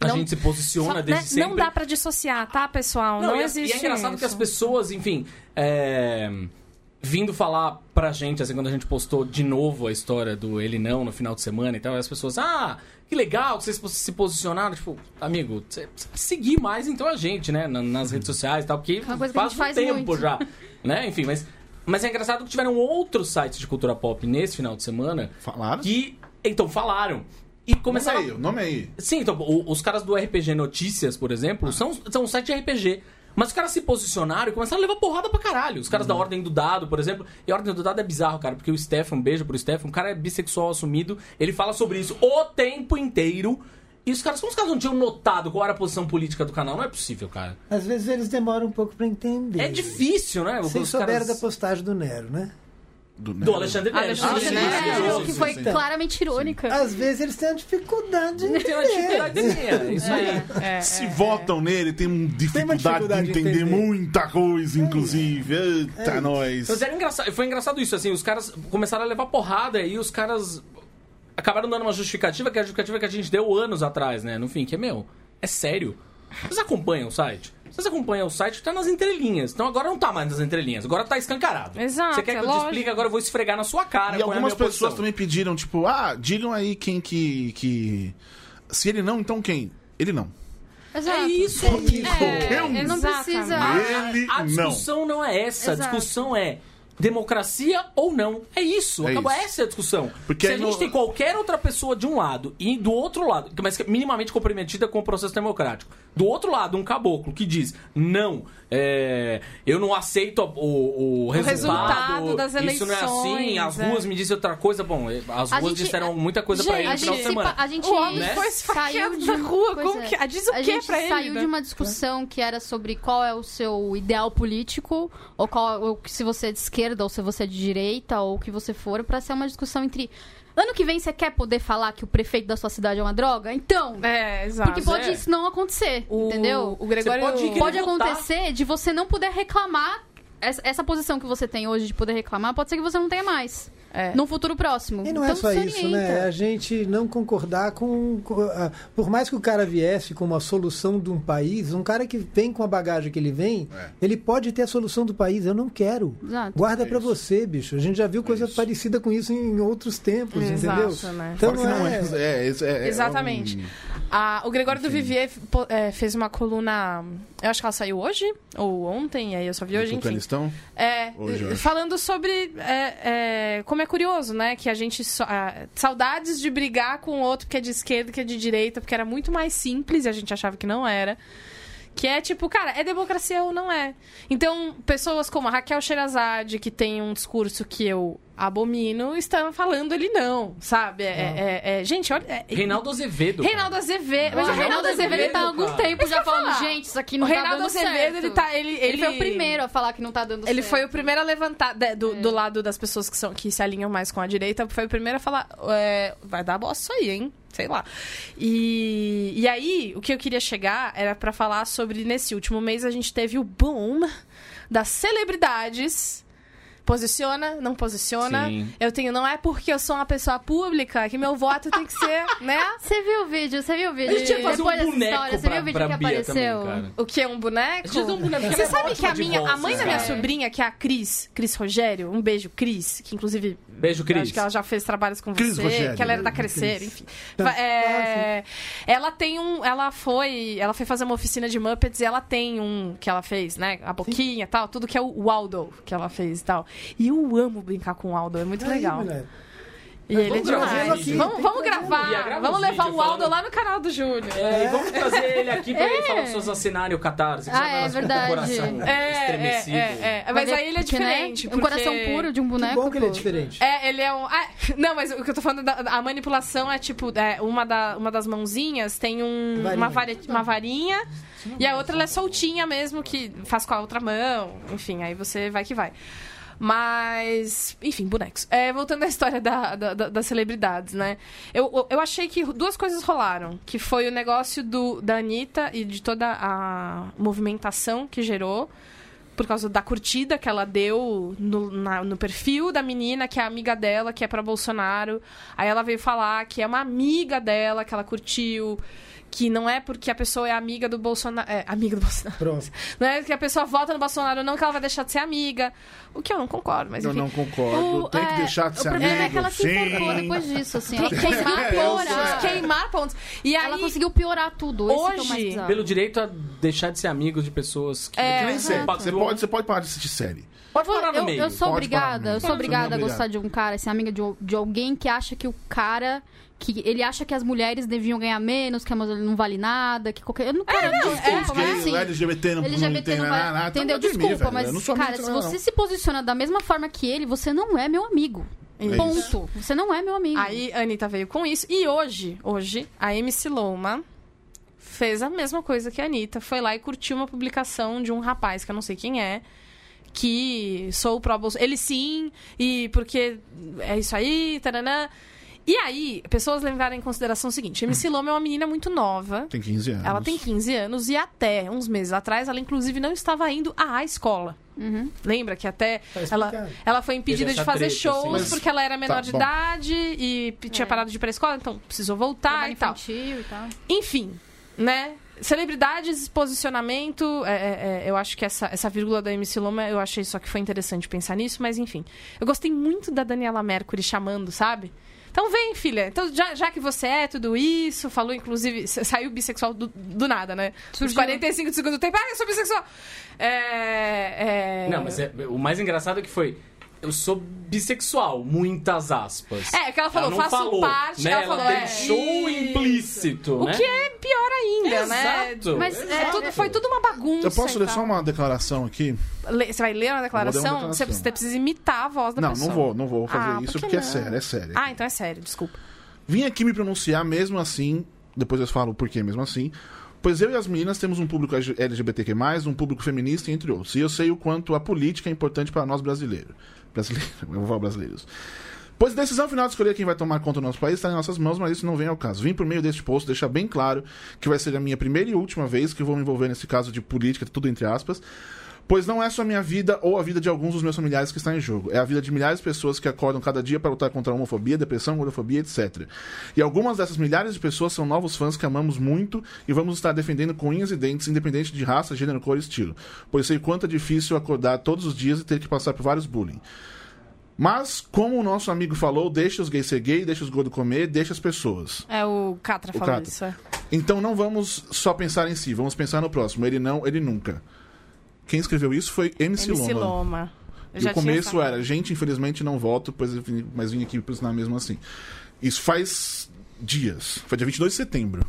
a
Não-
gente se
Só,
posiciona
né,
desde sempre.
Não dá pra dissociar, tá, pessoal? Não,
e é-
existe.
E é engraçado
isso.
que as pessoas, enfim, é, vindo falar pra gente, assim, quando a gente postou de novo a história do ele não no final de semana e tal, as pessoas, ah, que legal que vocês se posicionaram. Tipo, amigo, você precisa seguir mais então a gente, né? na- Nas redes sociais e tal, porque
É uma coisa que a
faz
gente
um
faz
tempo
muito.
já. Né? Enfim, mas, mas é engraçado que tiveram outros sites de cultura pop nesse final de semana
Falaram?
que, então, falaram. E começaram a
Nome aí, o nome aí.
Sim, então, o- os caras do RPG Notícias, por exemplo, são, são um site de RPG. Mas os caras se posicionaram e começaram a levar porrada pra caralho. Os caras da Ordem do Dado, por exemplo. E a Ordem do Dado é bizarro, cara, porque o Stefan, um beijo pro Stefan, um cara é bissexual assumido, ele fala sobre isso o tempo inteiro. E os caras, como os caras não tinham notado qual era a posição política do canal? Não é possível, cara.
Às vezes eles demoram um pouco pra entender.
É difícil, né?
Vocês souberam da postagem do Nero, né?
Do Alexandre Neves.
Alexandre
Ah, sim,
Neves.
sim,
É,
sim,
o que
sim,
foi
sim.
claramente irônica.
Às vezes eles têm uma dificuldade de
Tem uma
entender.
dificuldade minha, Isso aí.
É,
Se votam nele, tem um dificuldade,
dificuldade
de
de
entender,
entender. É.
muita coisa, inclusive. Eita, nós.
Mas era engraçado, foi engraçado isso, assim, os caras começaram a levar porrada e os caras acabaram dando uma justificativa, que é a justificativa que a gente deu anos atrás, né? No fim, que é, meu, é sério. Vocês acompanham o site? Vocês acompanham o site que tá nas entrelinhas. Então agora não tá mais nas entrelinhas, agora tá escancarado.
Exato,
Você quer que
é
eu te
lógico.
explique, agora eu vou esfregar na sua cara.
E
qual é a
algumas
minha
pessoas
posição.
também pediram, tipo, ah, digam aí quem que, que. Se ele não, então quem? Ele não.
Exato.
É isso.
Qualquer um.
é,
Não precisa-
exatamente.
Ele
Tá, A
não.
discussão não, é essa, a
Exato.
discussão é democracia ou não. É isso,
É
acaba
isso.
essa é a discussão.
Porque
Se a
aí
gente
no-
tem qualquer outra pessoa de um lado e do outro lado, mas que é minimamente comprometida com o processo democrático, do outro lado, um caboclo que diz, não, é, eu não aceito o, o, resultado,
resultado das
isso não é assim, as
eleições, é.
ruas me dizem outra coisa, bom, eh, as
A
ruas
gente-
disseram muita coisa pra ele
a
no final de
gente, se
semana.
pa- a gente
O homem
Né?
foi esfaqueado da rua.
Pois
Como
é.
que... ah, Diz o
a
que
gente
pra ele?
saiu
né?
de uma discussão que era sobre qual é o seu ideal político, ou, qual, ou se você é de esquerda, ou se você é de direita, ou o que você for, pra ser uma discussão entre. Ano que vem você quer poder falar que o prefeito da sua cidade é uma droga? Então.
É, exato.
porque pode
é.
isso não acontecer,
O-
entendeu?
O Gregório...
Você pode ir que-
Pode
querer votar.
acontecer de você não poder reclamar. Essa, essa posição que você tem hoje de poder reclamar, pode ser que você não tenha mais.
É.
num futuro próximo.
E não é
então,
só
se
isso, né? É
orienta.
a gente não concordar com. com- ah, Por mais que o cara viesse com uma solução de um país, um cara que vem com a bagagem que ele vem,
É.
ele pode ter a solução do país. Eu não quero.
Exato.
Guarda
É
pra
isso. É
você, bicho. A gente já viu coisa
isso.
parecida com isso em outros tempos,
Exato,
entendeu?
né?
Então
Claro
não
que não
é.
é- é- é- é- é
Exatamente.
um-
Ah, o Gregório do Vivier po- é, fez uma coluna. Eu acho que ela saiu hoje, ou ontem, aí eu só vi hoje,
do
enfim.
Afeganistão.
É,
Hoje, eu acho.
falando sobre é, é, como é curioso, né? Que a gente. só- ah, saudades de brigar com outro que é de esquerda, que é de direita, porque era muito mais simples e a gente achava que não era. Que é tipo, cara, é democracia ou não é? Então, pessoas como a Raquel Sherazade, que tem um discurso que eu abomino, estão falando ele não, sabe? É, é- é- gente, olha. é-
Reinaldo Azevedo.
Reinaldo
é
Azevedo. Mas
É, Mas
o
o Reinaldo Azevedo tá há algum
cara.
tempo já falando,
falar.
gente, isso aqui
O
não tá
Reinaldo
dando certo.
Azevedo, ele tá. Ele, ele,
Ele foi o primeiro a falar que não tá dando certo. É.
Ele foi o primeiro a levantar de- do, do lado das pessoas que, são, que se alinham mais com a direita. Foi o primeiro a falar: é, vai dar bosta aí, hein? Sei lá. E, e aí, o que eu queria chegar era pra falar sobre. Nesse último mês, a gente teve o boom das celebridades. Posiciona, não posiciona.
Sim.
Eu tenho, não é porque eu sou uma pessoa pública que meu voto tem que ser, né?
Você viu o vídeo? Você viu o vídeo?
A gente ia fazer
Depois
um
dessa
boneco
história, Você
pra,
viu o vídeo
pra
que
Bia
apareceu?
também, cara.
O que é um boneco?
A gente ia fazer um boneco.
Você sabe que a minha, a mãe da minha
cara.
sobrinha, que é a Cris, Cris Rogério, um beijo, Cris, que inclusive
Beijo, Cris.
eu Acho que ela já fez trabalhos com
Cris
você,
Rogério.
que ela era da Crescer, enfim.
Tá.
Va- é, ela tem um. Ela foi. Ela foi fazer uma oficina de Muppets e ela tem um que ela fez, né? A boquinha e tal, tudo que é o Waldo que ela fez e tal. E eu amo brincar com o Waldo, é muito
Aí, né?
legal.
moleque.
E ele é
vamos gravar
demais.
um vídeo.
Vamos,
Tem
vamos
que gravar.
Bia,
gravar.
grava
Vamos
uns
levar
vídeos
o Waldo
falando-
lá no canal do Júlio.
É, e vamos trazer ele aqui pra ele falar pros seus assinarem o Catarse. que já
Ah,
tá
é
com o
verdade.
coração
É,
estremecido.
é, é. Mas aí ele é
Porque, né,
diferente.
Um coração
porque-
puro de um
Que
boneco.
bom que ele é
pô.
diferente.
É, ele é um. Ah, não, mas o que eu tô falando da a manipulação é tipo, é, uma, da, uma das mãozinhas tem um,
Varinha.
uma, vari- uma varinha e a outra ela é soltinha mesmo, que faz com a outra mão. Enfim, aí você vai que vai. Mas, enfim, bonecos. É, voltando à história da, da- da- das celebridades, né? Eu, eu achei que duas coisas rolaram. Que foi o negócio do, da Anitta e de toda a movimentação que gerou por causa da curtida que ela deu no, na- no perfil da menina, que é amiga dela, que é pra Bolsonaro. Aí ela veio falar que é uma amiga dela, que ela curtiu. Que não é porque a pessoa é amiga do Bolsonaro. É, amiga do Bolsonaro.
Pronto.
Não é que a pessoa vota no Bolsonaro, não, que ela vai deixar de ser amiga. O que eu não concordo, mas
Eu
enfim.
não concordo.
O-
Tem que
é,
deixar de
O
ser
problema
amigo.
é que ela se
sim. É,
enforcou depois disso, assim. Ela
Queimar pontos.
piorar.
Queimar pontos. E aí,
Ela conseguiu piorar tudo. Esse que é o mais
Hoje,
bizarro.
Pelo direito a deixar de ser amigo de pessoas que...
É,
Que nem série.
exato.
Você pode, você pode parar de assistir série.
Pode parar no
eu,
meio.
eu sou
Pode parar né? no
obrigada,
meio.
eu sou
Pode,
obrigada a
obrigado.
gostar de um cara, ser amiga de, de alguém que acha que o cara. que Ele acha que as mulheres deviam ganhar menos, que a mulher não vale nada, que qualquer. Eu É, não quero.
Os
desculpa,
gays,
mas assim.
o LGBT não, não
LGBT
tem
não ah,
nada.
vai.
nada.
Entendeu?
Então,
Desculpa,
velho. Eu não
mas,
sou amigo
cara,
de
se
não.
você se posiciona da mesma forma que ele, você não é meu amigo.
um
Isso.
Ponto. Você não é meu amigo.
aí a Anitta veio com isso. E hoje, hoje, a MC Loma fez a mesma coisa que a Anitta. Foi lá e curtiu uma publicação de um rapaz, que eu não sei quem é. Que sou pró Bolsonaro. Ele sim, e porque é isso aí, taranã. E aí, pessoas levaram em consideração o seguinte: MC Loma é uma menina muito nova,
Tem 15 anos.
Ela tem 15 anos e até uns meses atrás ela inclusive não estava indo à escola.
Uhum.
Lembra que até ela,
explicado.
ela foi impedida
Teve
de
essa
fazer
treta,
shows
sim.
porque ela era menor de
bom.
idade e p- tinha parado de ir pra escola, então precisou voltar
É. Trabalho
e tal.
infantil e tal.
Enfim, né? Celebridades, posicionamento, é, é, é, eu acho que essa, essa vírgula da MC Loma, eu achei só que foi interessante pensar nisso, mas enfim. Eu gostei muito da Daniela Mercury chamando, sabe? Então vem, filha. Então, já, já que você é tudo isso, falou, inclusive, sa- saiu bissexual do, do nada, né? Os
Surgiu.
45 de segundo tempo, ah, eu sou bissexual! É. é...
Não, mas é- o mais engraçado é que foi... Eu sou bissexual, muitas aspas.
É, que ela falou,
não
faço
falou,
parte,
né?
ela falou, é,
deixou
isso.
implícito,
O
né?
que é pior ainda, né?
Exato,
Mas é
exato.
tudo- foi tudo uma bagunça.
Eu posso
e
ler
então.
tal.
só um uma declaração aqui?
Le- Você vai ler uma declaração?
Eu vou dar uma
Você,
declaração.
você precisa imitar a voz da
Não,
pessoa.
não vou, não vou fazer
Ah, por
isso
que
porque é
não?
sério, é sério.
Ah, então é sério, desculpa.
Vim aqui me pronunciar mesmo assim, depois eu falo o porquê mesmo assim. Pois eu e as meninas temos um público LGBTQ+, um público feminista, entre outros. E eu sei o quanto a política é importante para nós brasileiros. Brasileiros, eu vou brasileiros. Pois a decisão final de escolher quem vai tomar conta do nosso país está em nossas mãos, mas isso não vem ao caso. Vim por meio deste post deixar bem claro que vai ser a minha primeira e última vez que eu vou me envolver nesse caso de política, tudo entre aspas, Pois não é só minha vida ou a vida de alguns dos meus familiares que está em jogo. É a vida de milhares de pessoas que acordam cada dia para lutar contra a homofobia, depressão, gordofobia, etc. E algumas dessas milhares de pessoas são novos fãs que amamos muito e vamos estar defendendo com unhas e dentes, independente de raça, gênero, cor e estilo. Pois sei quanto é difícil acordar todos os dias e ter que passar por vários bullying. Mas, como o nosso amigo falou, deixa os gays ser gay, deixa os gordos comer, deixa as pessoas.
É o Catra
O
falando
Catra.
isso. é.
Então não vamos só pensar em si, vamos pensar no próximo. Ele não, ele nunca. Quem escreveu isso foi MC,
MC
Loma.
Loma. Eu
E
já
o
tinha
começo
falado.
era, gente, infelizmente não voto, pois eu vim- mas vim aqui pra ensinar mesmo assim. Isso faz dias. Foi dia 22 de setembro.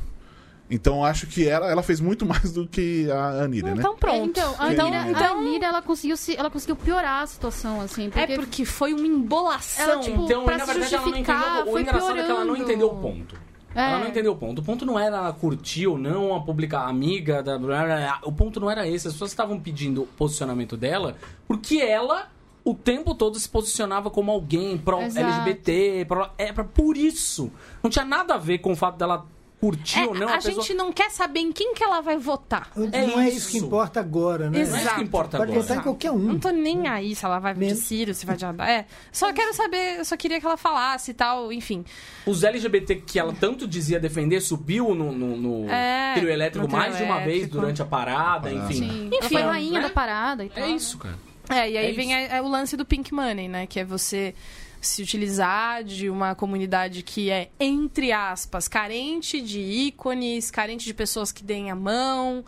Então eu acho que ela, ela fez muito mais do que a Anira, né?
Então pronto.
Então, a
Então-
Anira,
então-
a Anira, ela, conseguiu se- ela conseguiu piorar a situação, assim. Porque,
É porque foi uma embolação.
Ela, tipo,
Então,
pra
na
se
verdade, ela não
justificar,
entendeu. O
foi
engraçado é que ela não
piorando.
entendeu o ponto. Ela
É.
não entendeu o ponto. O ponto não era ela curtir ou não a publica a amiga da. blá, blá, blá. O ponto não era esse. As pessoas estavam pedindo o posicionamento dela porque ela o tempo todo se posicionava como alguém
Exato.
pró-LGBT. Pró é pra, por isso. Não tinha nada a ver com o fato dela curtir
É,
ou não.
a
pessoa-
gente não quer saber em quem que ela vai votar.
É
não é isso que
isso.
importa agora, né?
Não é isso
Exato.
que importa
Pode
agora.
votar em qualquer um.
Não tô nem aí se ela vai de
Mesmo.
Ciro, se vai de Haddad. É, só quero saber, eu só queria que ela falasse e tal, enfim.
Os LGBT que ela tanto dizia defender subiu no, no, no
É,
trio elétrico
no trio
mais de uma vez
elétrico.
durante a parada, enfim.
Sim.
Enfim,
ela foi rainha
né?
da parada e tal.
É isso, cara.
É, e aí
É
vem é, é o lance do Pink Money, né? Que é você se utilizar de uma comunidade que é, entre aspas, carente de ícones, carente de pessoas que deem a mão.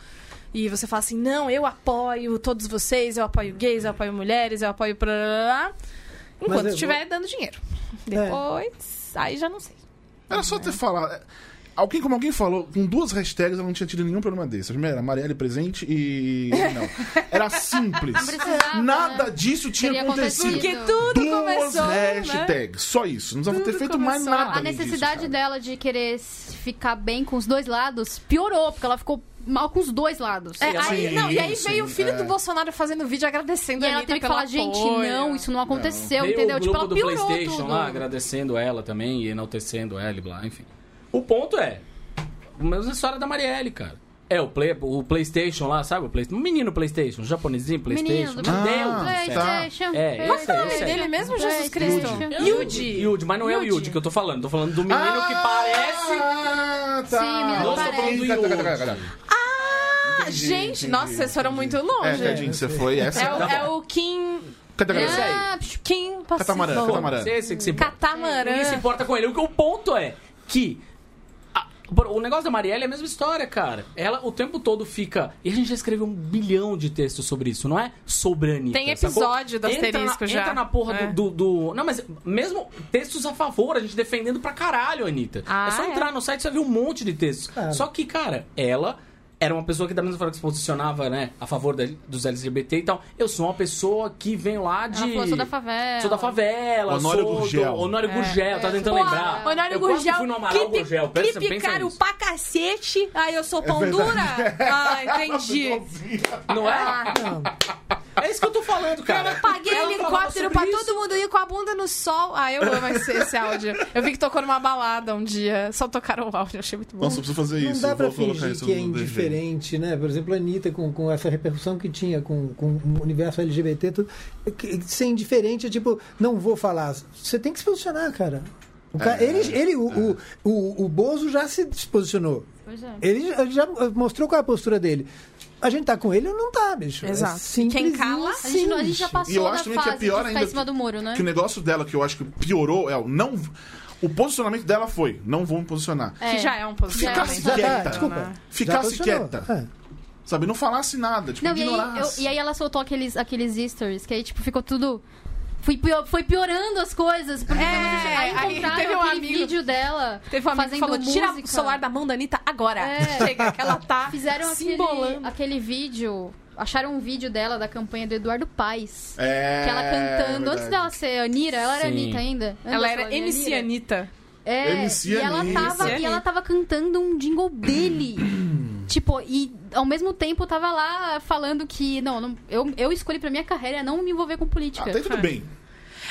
E você fala assim, não, eu apoio todos vocês, eu apoio gays, eu apoio mulheres, eu apoio... Blá, blá, blá", enquanto
é,
eu-
estiver dando dinheiro. Depois, aí já não sei.
Era só ter falado. É, Alguém, como alguém falou, com duas hashtags ela não tinha tido nenhum problema desse. A primeira era Marielle presente e. Não. Era simples.
precisava,
Nada
né?
disso tinha
Teria
acontecido.
acontecido.
Porque tudo
Duas
começou, né?
hashtags. Só isso. Não precisava ter
Tudo
feito mais
começou.
nada.
A
além disso,
necessidade
cara.
dela de querer se ficar bem com os dois lados piorou, porque ela ficou mal com os dois lados.
É, aí,
Sim,
não, e aí
sim,
veio o filho
É.
do Bolsonaro fazendo vídeo agradecendo
E
a
ela
Anitta
teve que
pelo
falar, gente,
apoio.
não, isso não aconteceu,
Veio
entendeu?
o grupo
Tipo, ela
do
piorou
PlayStation
tudo.
lá agradecendo ela também e enaltecendo ela e blá, enfim. O ponto é, a mesma história da Marielle, cara. É, o, play, o PlayStation lá, sabe? O play, um menino PlayStation, um japonesinho
Menino
PlayStation.
do
Meu Deus
Ah,
do céu.
tá.
PlayStation.
É,
Qual que é o nome
Esse aí.
dele mesmo, Jesus
Esse
Cristo?
aí.
Yudi.
Yudi, mas não é o Yudi que eu tô falando. Tô falando do menino que parece...
Ah, tá.
Sim, menino
Nossa, tô falando do
Cadê, cadê, cadê,
Yudi.
cadê?
Ah,
Entendi,
gente,
entendi,
nossa, vocês foram muito
É,
longe. É,
tadinho, você foi essa.
o,
Tá
é o Kim...
Cadê, cadê?
Esse aí.
Ah, psh,
Kim Pacífico.
Catamarã, catamarã.
Esse, esse que se importa.
Catamarã.
Ninguém se importa com ele. O que o ponto é que a- o negócio da Marielle é a mesma história, cara. Ela o tempo todo fica. E a gente já escreveu um bilhão de textos sobre isso, não é? Sobre a Anitta.
Tem
sacou?
episódio do Asterisco
entra na,
já.
Entra na porra
É.
do, do- do- Não, mas mesmo textos a favor, a gente defendendo pra caralho a Anitta.
Ah,
é só
é?
entrar no site e você vai ver um monte de textos.
Claro.
Só que, cara, ela. Era uma pessoa que da mesma forma que se posicionava, né, a favor da- dos LGBT e tal. Eu sou uma pessoa que vem lá de.
Ela falou, sou da favela.
Sou da favela.
Honório
sou do-
Gurgel.
Honório Gurgel, tá tentando
Porra,
lembrar.
Honório
eu quase
Gurgel,
fui no Amaral
clipe,
Gurgel. Pensa,
clipe
pensa
caro
nisso.
pra cacete. Aí eu
É
sou pão dura. Ah, entendi. Ah,
Não é? É isso que eu tô falando, cara.
Eu paguei
Ela falava sobre
um helicóptero pra
isso.
todo mundo ir com a bunda no sol. Ah, eu amo esse, esse áudio. Eu vi que tocou numa balada um dia. Só tocaram o áudio, achei muito bom.
Nossa, eu preciso fazer
Não
É isso.
dá
eu
pra
vou colocar
fingir
isso
que é
no desenho.
indiferente, né? Por exemplo, a Anitta, com, com essa repercussão que tinha com, com o universo LGBT, tudo, que- que ser indiferente é tipo, não vou falar. Você tem que se posicionar, cara. O cara- ele,
É.
ele, o, o, o, o Bozo já se posicionou.
Pois é.
Ele, ele já mostrou qual é a postura dele. A gente tá com ele ou não tá, bicho?
Exato.
É simples
Quem cala, a
e
A gente, não- a gente
simples.
já passou
E eu
da
acho também que
fase
é pior
de
ainda
ficar em cima
que-
do muro, né?
Que o negócio dela que eu acho que piorou é o não. O posicionamento dela foi: não vou me posicionar.
Que já é um posicionamento.
Ficasse
Já tá,
quieta.
desculpa.
né?
Já
Ficasse
posicionou.
quieta.
É.
Sabe? Não falasse nada. Tipo,
Não, e aí, eu-
ignorasse.
e aí ela soltou aqueles, aqueles stories, que aí, tipo, ficou tudo... Foi, pior- foi piorando as coisas. Porque
É,
aí
aí
encontraram
teve um
aquele
amigo-
vídeo dela
Teve um amigo que
fazendo
falou,
música.
tira o celular da mão da Anitta agora.
É.
Chega, que ela tá
Fizeram
se
aquele,
embolando.
aquele vídeo... Acharam um vídeo dela da campanha do Eduardo Paes.
É,
Que ela cantando, antes
verdade.
dela ser Anira, ela era
Sim.
Anitta ainda.
Ela
Antes
era
de
MC
Anira.
Anitta.
É,
MC
e ela,
Anitta.
MC
tava, e ela
Anitta.
tava cantando um jingle dele. tipo, e ao mesmo tempo tava tipo, lá falando que, não, não- eu, eu escolhi pra minha carreira não me envolver com política.
Até Ah, tá tudo bem.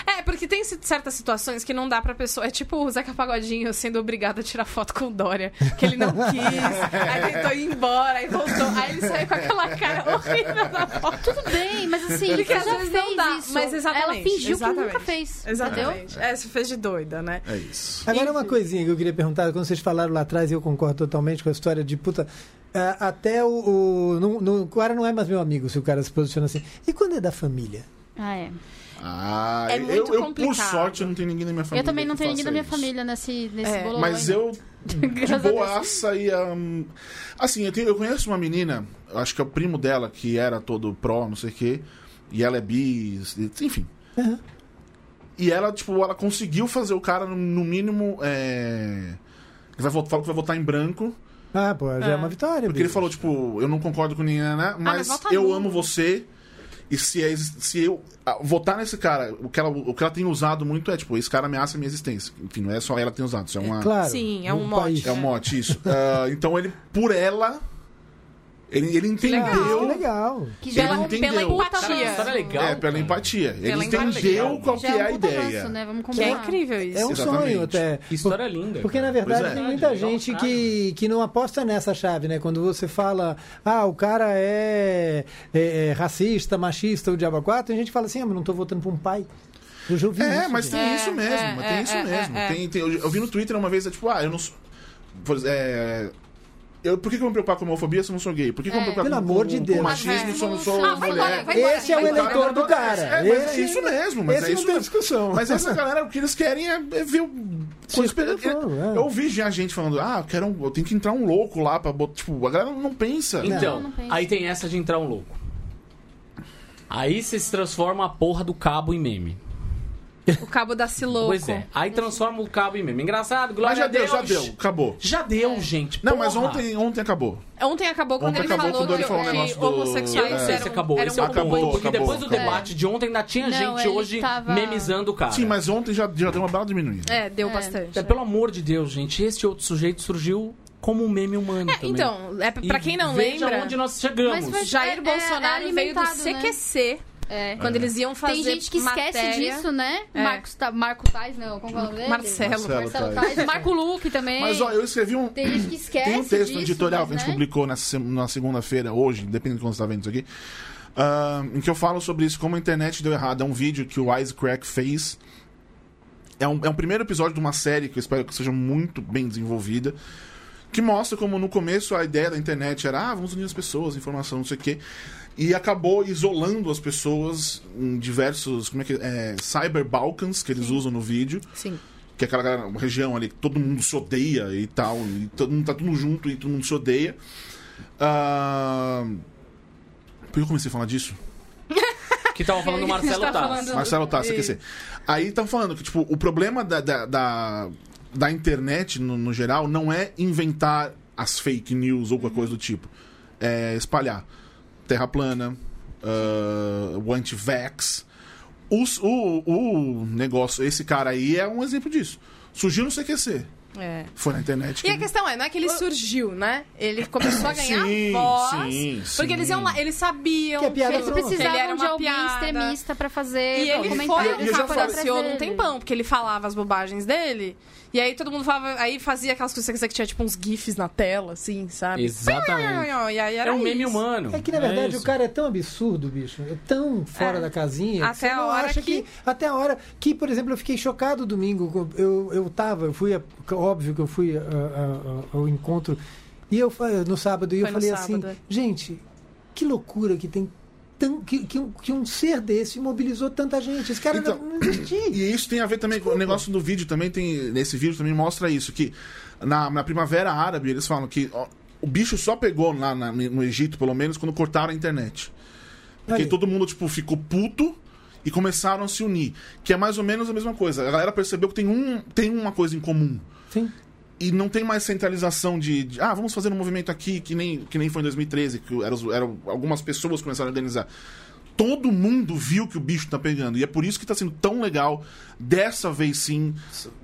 É, porque tem ci- certas situações que não dá pra pessoa. É tipo o Zeca Pagodinho sendo obrigado a tirar foto com o Dória. Que ele não quis, aí tentou ir embora, aí voltou. Aí ele saiu com aquela cara horrível da foto.
Tudo bem, mas assim,
Porque
você
às
já
vezes não
fez
dá,
isso.
mas exatamente.
Ela fingiu
exatamente.
que nunca fez, entendeu?
Exatamente. É, você fez de doida, né?
É isso.
Agora, uma coisinha que eu queria perguntar, quando vocês falaram lá atrás, e eu concordo totalmente com a história de puta. ah, até o. O, não- não- o cara não é mais meu amigo se o cara se posiciona assim. E quando é da família?
Ah, é.
Ah,
É
eu-
muito
eu, por
complicado.
sorte, eu não tenho ninguém na minha família.
Eu também não
que
tenho ninguém da
faça
minha
isso.
família nesse, nesse
É.
bololô
Mas
aí, não.
eu, de
Graças a
boaça, ia. hum, Assim, eu, tenho- eu conheço uma menina, eu acho que é o primo dela, que era todo pró, não sei o quê, e ela é bi, enfim. E ela, tipo, ela conseguiu fazer o cara, no- no mínimo, é. Ele vai votar, fala que vai votar em branco.
Ah, pô, já é, uma vitória.
Porque ele
bicho.
falou, tipo, eu não concordo com ninguém, né? Mas,
vota
eu
nulo.
amo você. E se, é- se eu ah, votar nesse cara, o que, ela, o que ela tem usado muito é, tipo, esse cara ameaça a minha existência. Enfim, não é só ela que tem usado, isso é uma.
Claro.
Sim, é um
no
mote.
país.
É um mote, isso. Ah, então ele, por ela, ele, ele entendeu.
Que legal.
Que
Ele
já é um
entendeu.
pela
Cara, a
empatia.
história é legal.
É, pela
cara.
empatia. Ele
Pela empatia.
entendeu qual que é
Já
a
um puta
ideia.
avanço, né? Vamos
Que é
combinar.
incrível isso.
É um
Exatamente.
sonho até.
Que história linda.
Porque,
cara.
na verdade,
Pois é.
tem muita
Verdade,
gente
igual o
que, que não aposta nessa chave, né? Quando você fala, ah, o cara é, é- é racista, machista, o diabo a quatro, tem gente que fala assim, ah, mas não tô votando pra um pai. Eu já ouvi
É,
isso,
mas
gente.
tem
É,
isso mesmo,
é,
tem
é,
isso
é,
mesmo.
é, é.
Tem, tem- eu, eu vi no Twitter uma vez, é tipo, ah, eu não sou. por ex- é, eu, por que, que eu vou me preocupar com homofobia se eu não sou gay? Por que, que eu vou me
É.
preocupar
Pelo
com,
amor
com-
de
com
Deus.
machismo se eu não sou
Ah, vai
mulher?
embora, vai embora.
Esse é o
vai embora.
eleitor do cara.
É, mas
Esse-
é isso mesmo, mas
esse
é
não
isso
tem
mesmo.
discussão.
Mas essa galera, o que eles querem é, é ver o. Coisa
pelo fogo, é.
Eu ouvi já gente falando, ah, eu, quero um- eu tenho que entrar um louco lá pra botar. Tipo, a galera não pensa.
Então,
Não, não pensa.
aí tem essa de entrar um louco. Aí você se transforma a porra do cabo em meme.
É um
O cabo da Siloco.
Pois é. Aí transforma o cabo em meme. Engraçado, glória
Mas já
a
deu,
Deus.
já deu, acabou.
Já deu, gente.
Não, mas
porra.
ontem, ontem acabou.
Ontem acabou quando
Ontem
ele
acabou
falou
quando ele
que,
falou um
que
negócio do-
homossexuais
Eu
Não sei se
eram-
acabou.
eram um
Esse é o
acabou,
ponto. Porque
acabou,
depois do
acabou.
debate de ontem ainda tinha
Não,
gente
ele
hoje
tava-
memizando o cara.
Sim, mas ontem já, já deu uma bela diminuída.
É, deu
É.
bastante.
É, pelo amor de Deus, gente. Este outro sujeito surgiu como um meme humano também.
Então, é, pra
E
quem não
veja
lembra,
onde nós chegamos.
Mas vai-
Jair
É,
Bolsonaro
é
veio do
alimentado, né?
CQC,
É.
quando eles iam fazer
Tem gente que esquece
matéria.
disso, né?
É.
Marcos Ta... Marco Tais, não, como é o nome dele?
Marcelo.
Marcelo
Tais.
Tais. Marco Luque também.
Mas ó, eu escrevi um.
Tem gente que esquece
Tem um texto
disso,
editorial
mas,
que a gente
né?
publicou nessa, se- na segunda-feira, hoje, dependendo de quando você está vendo isso aqui, ah, em que eu falo sobre isso, como a internet deu errado. É um vídeo que o Wisecrack fez. É um, é um primeiro episódio de uma série que eu espero que seja muito bem desenvolvida. Que mostra como no começo a ideia da internet era, ah, vamos unir as pessoas, informação, não sei o quê. E acabou isolando as pessoas em diversos, como é que é, cyber Balkans que eles usam no vídeo
Sim.
que é aquela galera- uma região ali que todo mundo se odeia e tal, e todo mundo tá tudo junto e todo mundo se odeia. Ah, Por que eu comecei a falar disso?
Que tava falando do Marcelo
Tá
Taz.
falando-
Marcelo tá,
Isso.
esqueci. Aí estão falando que, tipo, o problema da, da, da, da internet, no, no geral, não é inventar as fake news ou qualquer coisa do tipo. É espalhar. Terra plana, ah, o anti-vax. Os- O, o negócio, esse cara aí é um exemplo disso. Surgiu no CQC.
É.
Foi na internet.
E
que-
a questão é, não é que ele surgiu, né? Ele começou a ganhar
Sim,
voz.
sim,
porque
sim.
eles iam lá, eles sabiam
Que é piada
Eles
Ele
precisavam
era
de
uma
alguém
piada.
extremista pra fazer
E ele foi
comentários
E eu
um
já
cara
falei-
anunciou num
Ele-
tempão, porque ele falava as bobagens dele. E aí todo mundo falava, aí fazia aquelas coisas que tinha tipo uns gifs na tela, assim, sabe?
Exatamente.
E aí era
É um meme
isso.
humano.
É que na verdade
isso.
o cara é tão absurdo, bicho, é tão fora
É.
da casinha. que
Até
você
a
não
hora
acha
que-
Até a hora que, por exemplo, eu fiquei chocado domingo. com- Eu, eu tava, eu fui. a- Óbvio que eu fui a- a- a- ao encontro. E eu fa- no sábado, e eu
Foi no
falei assim,
sábado, é.
gente, que loucura que tem. Tão, que, que um, que um ser desse mobilizou tanta gente. Esse cara
Então-
não, não existia.
E isso tem a ver também com o negócio do vídeo também tem nesse vídeo também mostra isso que na, na primavera árabe eles falam que ó, o bicho só pegou lá na- no Egito pelo menos quando cortaram a internet. Porque
Aí.
todo mundo tipo ficou puto e começaram a se unir, que é mais ou menos a mesma coisa. A galera percebeu que tem um tem uma coisa em comum.
Sim.
E não tem mais centralização de, de, ah, vamos fazer um movimento aqui, que nem, que nem foi em 2013, que eram, os- eram algumas pessoas que começaram a organizar. Todo mundo viu que o bicho tá pegando. E é por isso que tá sendo tão legal. Dessa vez sim.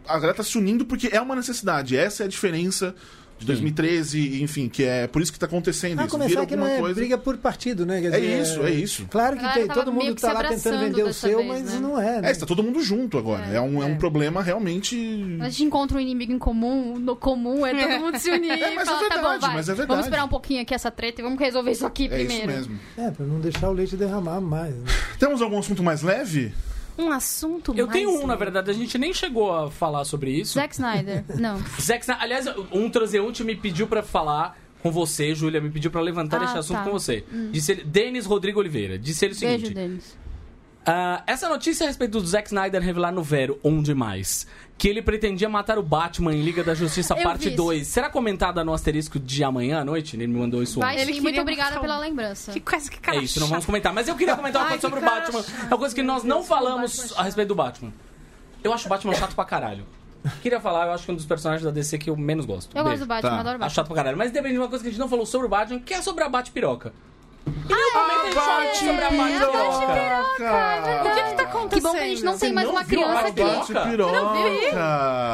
A galera tá se unindo porque é uma necessidade. Essa é a diferença de 2013, enfim, que é por isso que tá acontecendo
Ah,
isso.
começar
Vira
que não
alguma
é
coisa.
briga por partido, né? Quer
É
dizer,
isso, é isso.
Claro
A
que
galera
tem,
tava
todo
meio
mundo
que
tá
se
lá tentando
abraçando
vender o
dessa
seu,
vez,
mas
né?
não é.
É,
Né?
está todo mundo junto agora. É, um, é um problema realmente.
A gente encontra um inimigo em comum, no comum, é todo mundo se unir
É,
e
mas
falar,
é
tá
verdade,
bom, vai.
mas é verdade.
Vamos esperar um pouquinho aqui essa treta e vamos resolver isso aqui
É isso
primeiro.
mesmo.
É, pra não deixar o leite derramar mais. né?
Temos algum assunto mais leve?
Um assunto
Eu
mais
tenho um, na
leve.
verdade, a gente nem chegou a falar sobre isso.
Zack Snyder. Não.
É
Zack Snyder- aliás, um transeunte me pediu pra falar com você, Júlia, me pediu pra levantar
Ah,
esse assunto
tá.
com você.
Hum.
Disse ele, Denis Rodrigo Oliveira, disse ele o seguinte:
Beijo, Denis.
Ah, essa notícia a respeito do Zack Snyder revelar no Vero, onde mais? Que ele pretendia matar o Batman em Liga da Justiça
Eu vi
Parte
isso.
2. Será comentada no asterisco de amanhã à noite? Ele me mandou isso
Vai,
ontem.
Ele
Ele muito
queria
obrigada
botar um-
pela lembrança.
Que coisa, que
É
cara
isso, não
chata.
vamos comentar. Mas eu queria comentar uma
Ai,
coisa sobre o
que
Batman.
cara
É uma coisa que nós não falamos a respeito do Batman. Eu acho o Batman chato pra caralho. Queria falar, eu acho que é um dos personagens da DC que eu menos gosto.
Eu
Beijo.
gosto do Batman,
Tá.
adoro
Acho
Batman.
chato pra caralho. Mas depende de uma coisa que a gente não falou sobre o Batman, que é sobre a Bate-Piroca.
Ah, bate,
sobre a Bate-Piroca.
é
O que que tá acontecendo?
Que bom que a gente não tem mais
não
uma
viu a
criança aqui.
Barbie?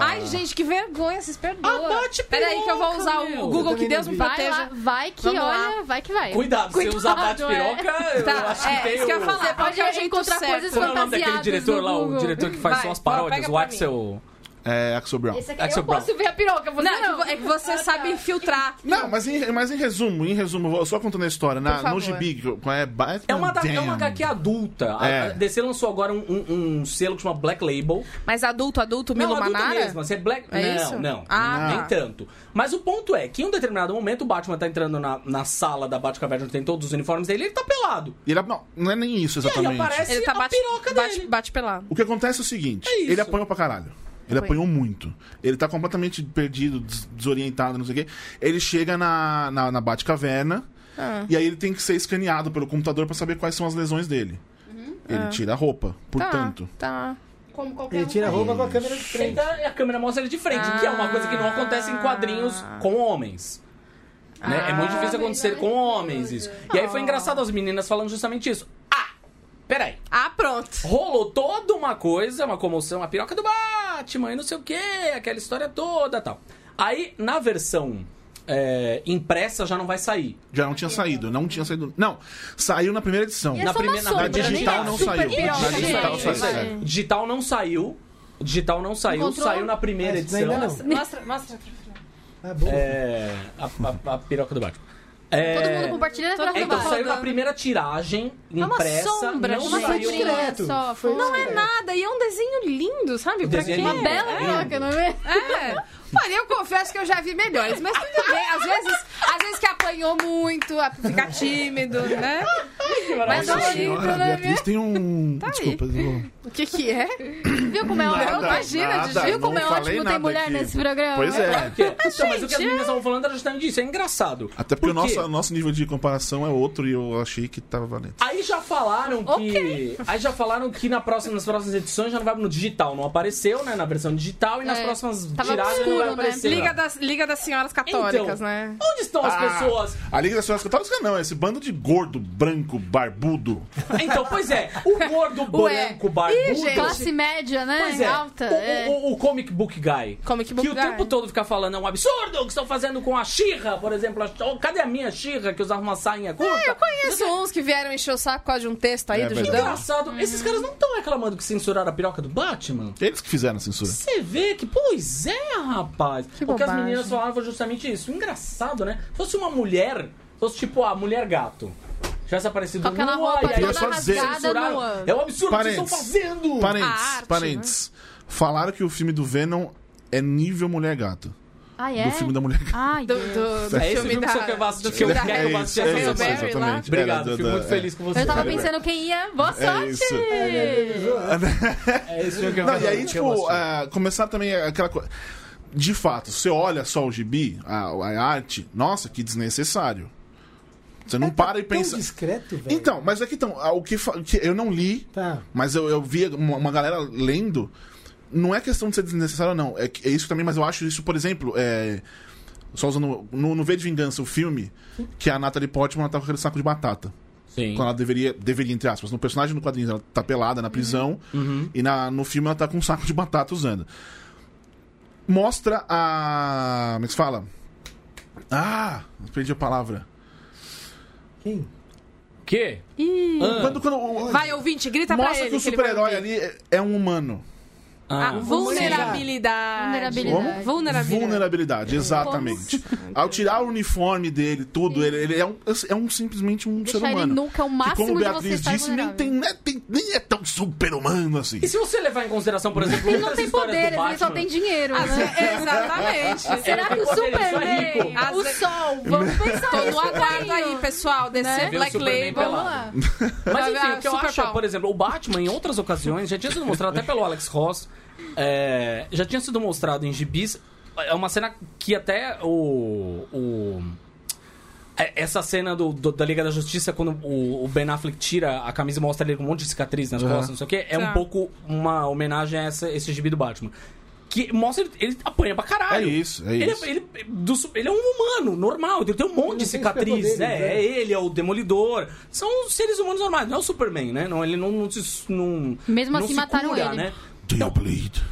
Ai, gente, que vergonha, vocês perdoam.
Ah, bate
Peraí que eu vou
peruca,
usar
meu.
o Google,
Eu
que Deus
também não
me
vi.
Vai
proteja.
lá, vai que
Vamos lá.
olha, vai que vai.
Cuidado, se você usar
Cuidado,
Bate-Piroca, eu
Tá,
acho que
é,
tem
isso que eu
o-
ia falar.
Pode
Qual que é o jeito
encontrar
certo?
coisas
Como é o nome daquele
fantasiadas
diretor
no
lá, o
Google.
diretor que faz
Vai,
só as
pega
paródias, o
pra
Axel.
É, Axel Brown.
Esse aqui
Axel
eu posso ver a piroca, você
Não, é
não.
que vo- é que você
ah, tá.
sabe filtrar.
Não, mas em, mas em resumo, em resumo, vou- só contando a história, na,
Por
no
favor.
gibi, que é Batman.
É uma, é uma
Damn.
HQ adulta. A-
É.
A DC lançou agora um, um- um selo que chama Black Label.
Mas adulto, adulto, Milo
não, adulta
Manara?
mesmo. assim, é Black...
É
não,
isso?
não.
Ah,
nem
tá.
tanto. Mas o ponto é que em um determinado momento o Batman tá entrando na, na sala da Batcaverna, onde tem todos os uniformes dele, e ele tá pelado.
E ele- não, não é nem isso
E aí
exatamente.
aparece
Ele tá
a
bate,
piroca
bate,
dele.
bate pelado.
O que acontece é o seguinte:
É isso.
ele apanhou pra caralho. Ele
Apanhou.
apanhou muito. Ele tá completamente perdido, des- desorientado, não sei o quê. Ele chega na, na, na Batcaverna
Ah.
e aí ele tem que ser escaneado pelo computador pra saber quais são as lesões dele.
Uhum.
Ele
Ah.
tira a roupa, portanto.
Tá, tá.
Como qualquer
Ele tira a roupa com a câmera de
Ele
frente.
tá- e a câmera mostra ele de frente, que é uma coisa que
Ah.
não acontece em quadrinhos com homens. Né? é
Ah,
muito difícil acontecer com homens isso. E
Oh.
aí foi engraçado as meninas falando justamente isso. Ah, peraí.
Ah, pronto.
Rolou toda uma coisa, uma comoção, a piroca do Batman e não sei o que, aquela história toda tal. Aí, na versão é, impressa, já não vai sair.
Já não tinha saído, não tinha saído. Não, saiu na primeira edição.
E é
Na
só uma
primeira- na
sombra,
digital
né?
não
Super
saiu.
piroca,
Na digital
gente.
saiu,
Vai.
saiu.
Digital não saiu. Digital não saiu,
É. Encontrou?
saiu na primeira
Mas ainda
edição.
não.
Mostra, mostra.
Ah, boa.
É, a, a- a piroca do Batman.
Todo
É,
mundo compartilha a
Todo
piroca
É,
do
mundo
então
Batman.
saiu na primeira tiragem
uma
impressa.
sombra,
não
gente.
Mas foi
saiu
Saiu-
discreto.
Só,
Foi
foi-
Não é nada, e é um desenho lindo, sabe? Pra
Um Desenho
quê?
lindo.
Bela
É.
piroca, não é?
É. Olha, eu confesso que eu já vi melhores, mas tudo bem. Às vezes, às vezes que apanhou muito, a- fica tímido, né? Mas é
Nossa
olha,
senhora, a Ah, Beatriz tem um. Desculpa, eu-
o que que é?
Viu como é
Nada,
ótimo?
imagina,
nada,
Viu como
não
é
falei
ótimo
nada
ter mulher
aqui.
nesse programa?
Pois é.
Porque- Então, mas o que as meninas estavam falando era justamente isso, é engraçado.
Até porque
Por
o
quê?
nosso, o nosso nível de comparação é outro e eu achei que tava valendo.
Aí já falaram que. Aí já falaram que na próxima, nas próximas edições já não vai no digital. Não apareceu, né? Na versão digital e nas
É,
próximas
tava
tiragens não
obscuro,
vai
né?
aparecer.
Liga das, Liga das Senhoras Católicas,
Então,
né?
Onde estão as
Ah,
pessoas?
A Liga das Senhoras Católicas não, é esse bando de gordo, branco, barbudo.
Então, pois é, o gordo
Ué.
branco barbudo.
Ih, gente.
Classe média, né?
Pois é,
Alta.
o,
é.
o- o comic book guy.
Comic book
que
guy.
o tempo todo fica falando é um absurdo o que estão fazendo com a Xirra, por exemplo. A- oh, cadê a minha Xirra que usava uma sainha curta?
É, Eu conheço uns que vieram encher o saco por causa de um texto aí
É
do
verdade.
Judão.
Engraçado, esses caras não estão reclamando que censuraram a piroca do Batman?
Eles que fizeram a censura.
Você vê que, pois é, rapaz.
Que
o que as
bobagem.
meninas falavam foi justamente isso. Engraçado, né? Se fosse uma mulher, se fosse tipo a mulher gato. Tivesse aparecido
Com aquela
nua,
roupa
e aí
Eu
toda
só dizer-
rasgada
censuraram.
nua.
É um absurdo o que vocês estão
Parênteses.
fazendo.
Parentes,
A arte,
parentes. Falaram que o filme do Venom é nível Mulher Gato.
Ah, é?
Do filme da Mulher Gato.
Ai,
Do,
Deus.
do, do
É esse
filme
filme que
da,
você quer assistir,
do filme da
que eu vou assistir,
da
é esse,
Halle Berry lá.
exatamente.
Obrigado,
Era do- é.
fico muito
da-
feliz com você.
Eu tava
Sabe,
pensando quem ia. Boa sorte!
isso.
É isso que eu
Não,
quero-
e aí,
que eu
tipo,
assisto.
ah, começar também aquela coisa. De fato, você olha só o gibi, a, a arte, nossa, que desnecessário. Você não
É, tá
para e
tão
pensa.
discreto, velho.
Então, mas é que então, ah, o que, fa- que eu não li,
Tá.
mas eu, eu vi uma, uma galera lendo. Não é questão de ser desnecessário, não. É, que- é isso também, mas eu acho isso, por exemplo, é, só usando no, no V de Vingança, o filme, que a Natalie Portman ela tá com aquele saco de batata.
Sim.
Quando ela deveria, deveria, entre aspas, no personagem do quadrinho, ela tá pelada na prisão e na, no filme ela tá com um saco de batata usando. Mostra a. Como é que se fala? Ah, perdi a palavra.
Quem?
Que?
Ih.
Ah,
Quando, quando o-
Vai, ouvinte, grita pra
mostra
ele.
que o
ele vai
super-herói
ouvir.
ali é- é um humano.
ah,
Ah, vulnerabilidade.
Vulnerabilidade.
Como? Vulnerabilidade.
Vulnerabilidade, exatamente. Ao tirar o uniforme dele, tudo, ele, ele é, um, é um simplesmente um
Deixar
ser
ele
humano.
nuca o
que, como
máximo de você
Beatriz
estar
disse, nem,
vulnerável.
tem, nem, tem- nem é tão super-humano assim.
E se você levar em consideração, por exemplo,
Ele não
outras
tem
histórias do
poderes, ele só
Batman?
tem dinheiro.
Ah,
né?
é, Exatamente.
Será que o
Ele só é
Superman,
rico.
o Sol, vamos pensar
Tô
nisso
no aguardo aí,
também.
pessoal. DC
Né?
Vê o
Black
Superman
Label.
pelado.
Vamos lá.
Mas
Vai
enfim,
ver
o que eu
Super
acho, é,
Pau.
por exemplo, o Batman em outras ocasiões já tinha sido mostrado até pelo Alex Ross, é, já tinha sido mostrado em gibis. É uma cena que até o. o- é, essa cena do, do- da Liga da Justiça, quando o, o Ben Affleck tira a camisa e mostra ele com um monte de cicatriz nas costas, não sei o que,
Tá.
é um pouco uma homenagem a essa- esse gibi do Batman. Que mostra ele, ele apanha pra caralho.
É isso, é
Ele,
isso.
ele- do su- ele é um humano, normal, ele tem um monte de
tem
cicatriz,
superpoderes,
né?
né?
É ele, é o Demolidor. São seres humanos normais, não é o Superman, né? Não, ele não, não se. Não,
Mesmo
não
assim,
se
mataram
cura,
ele.
Né?
Do you bleed?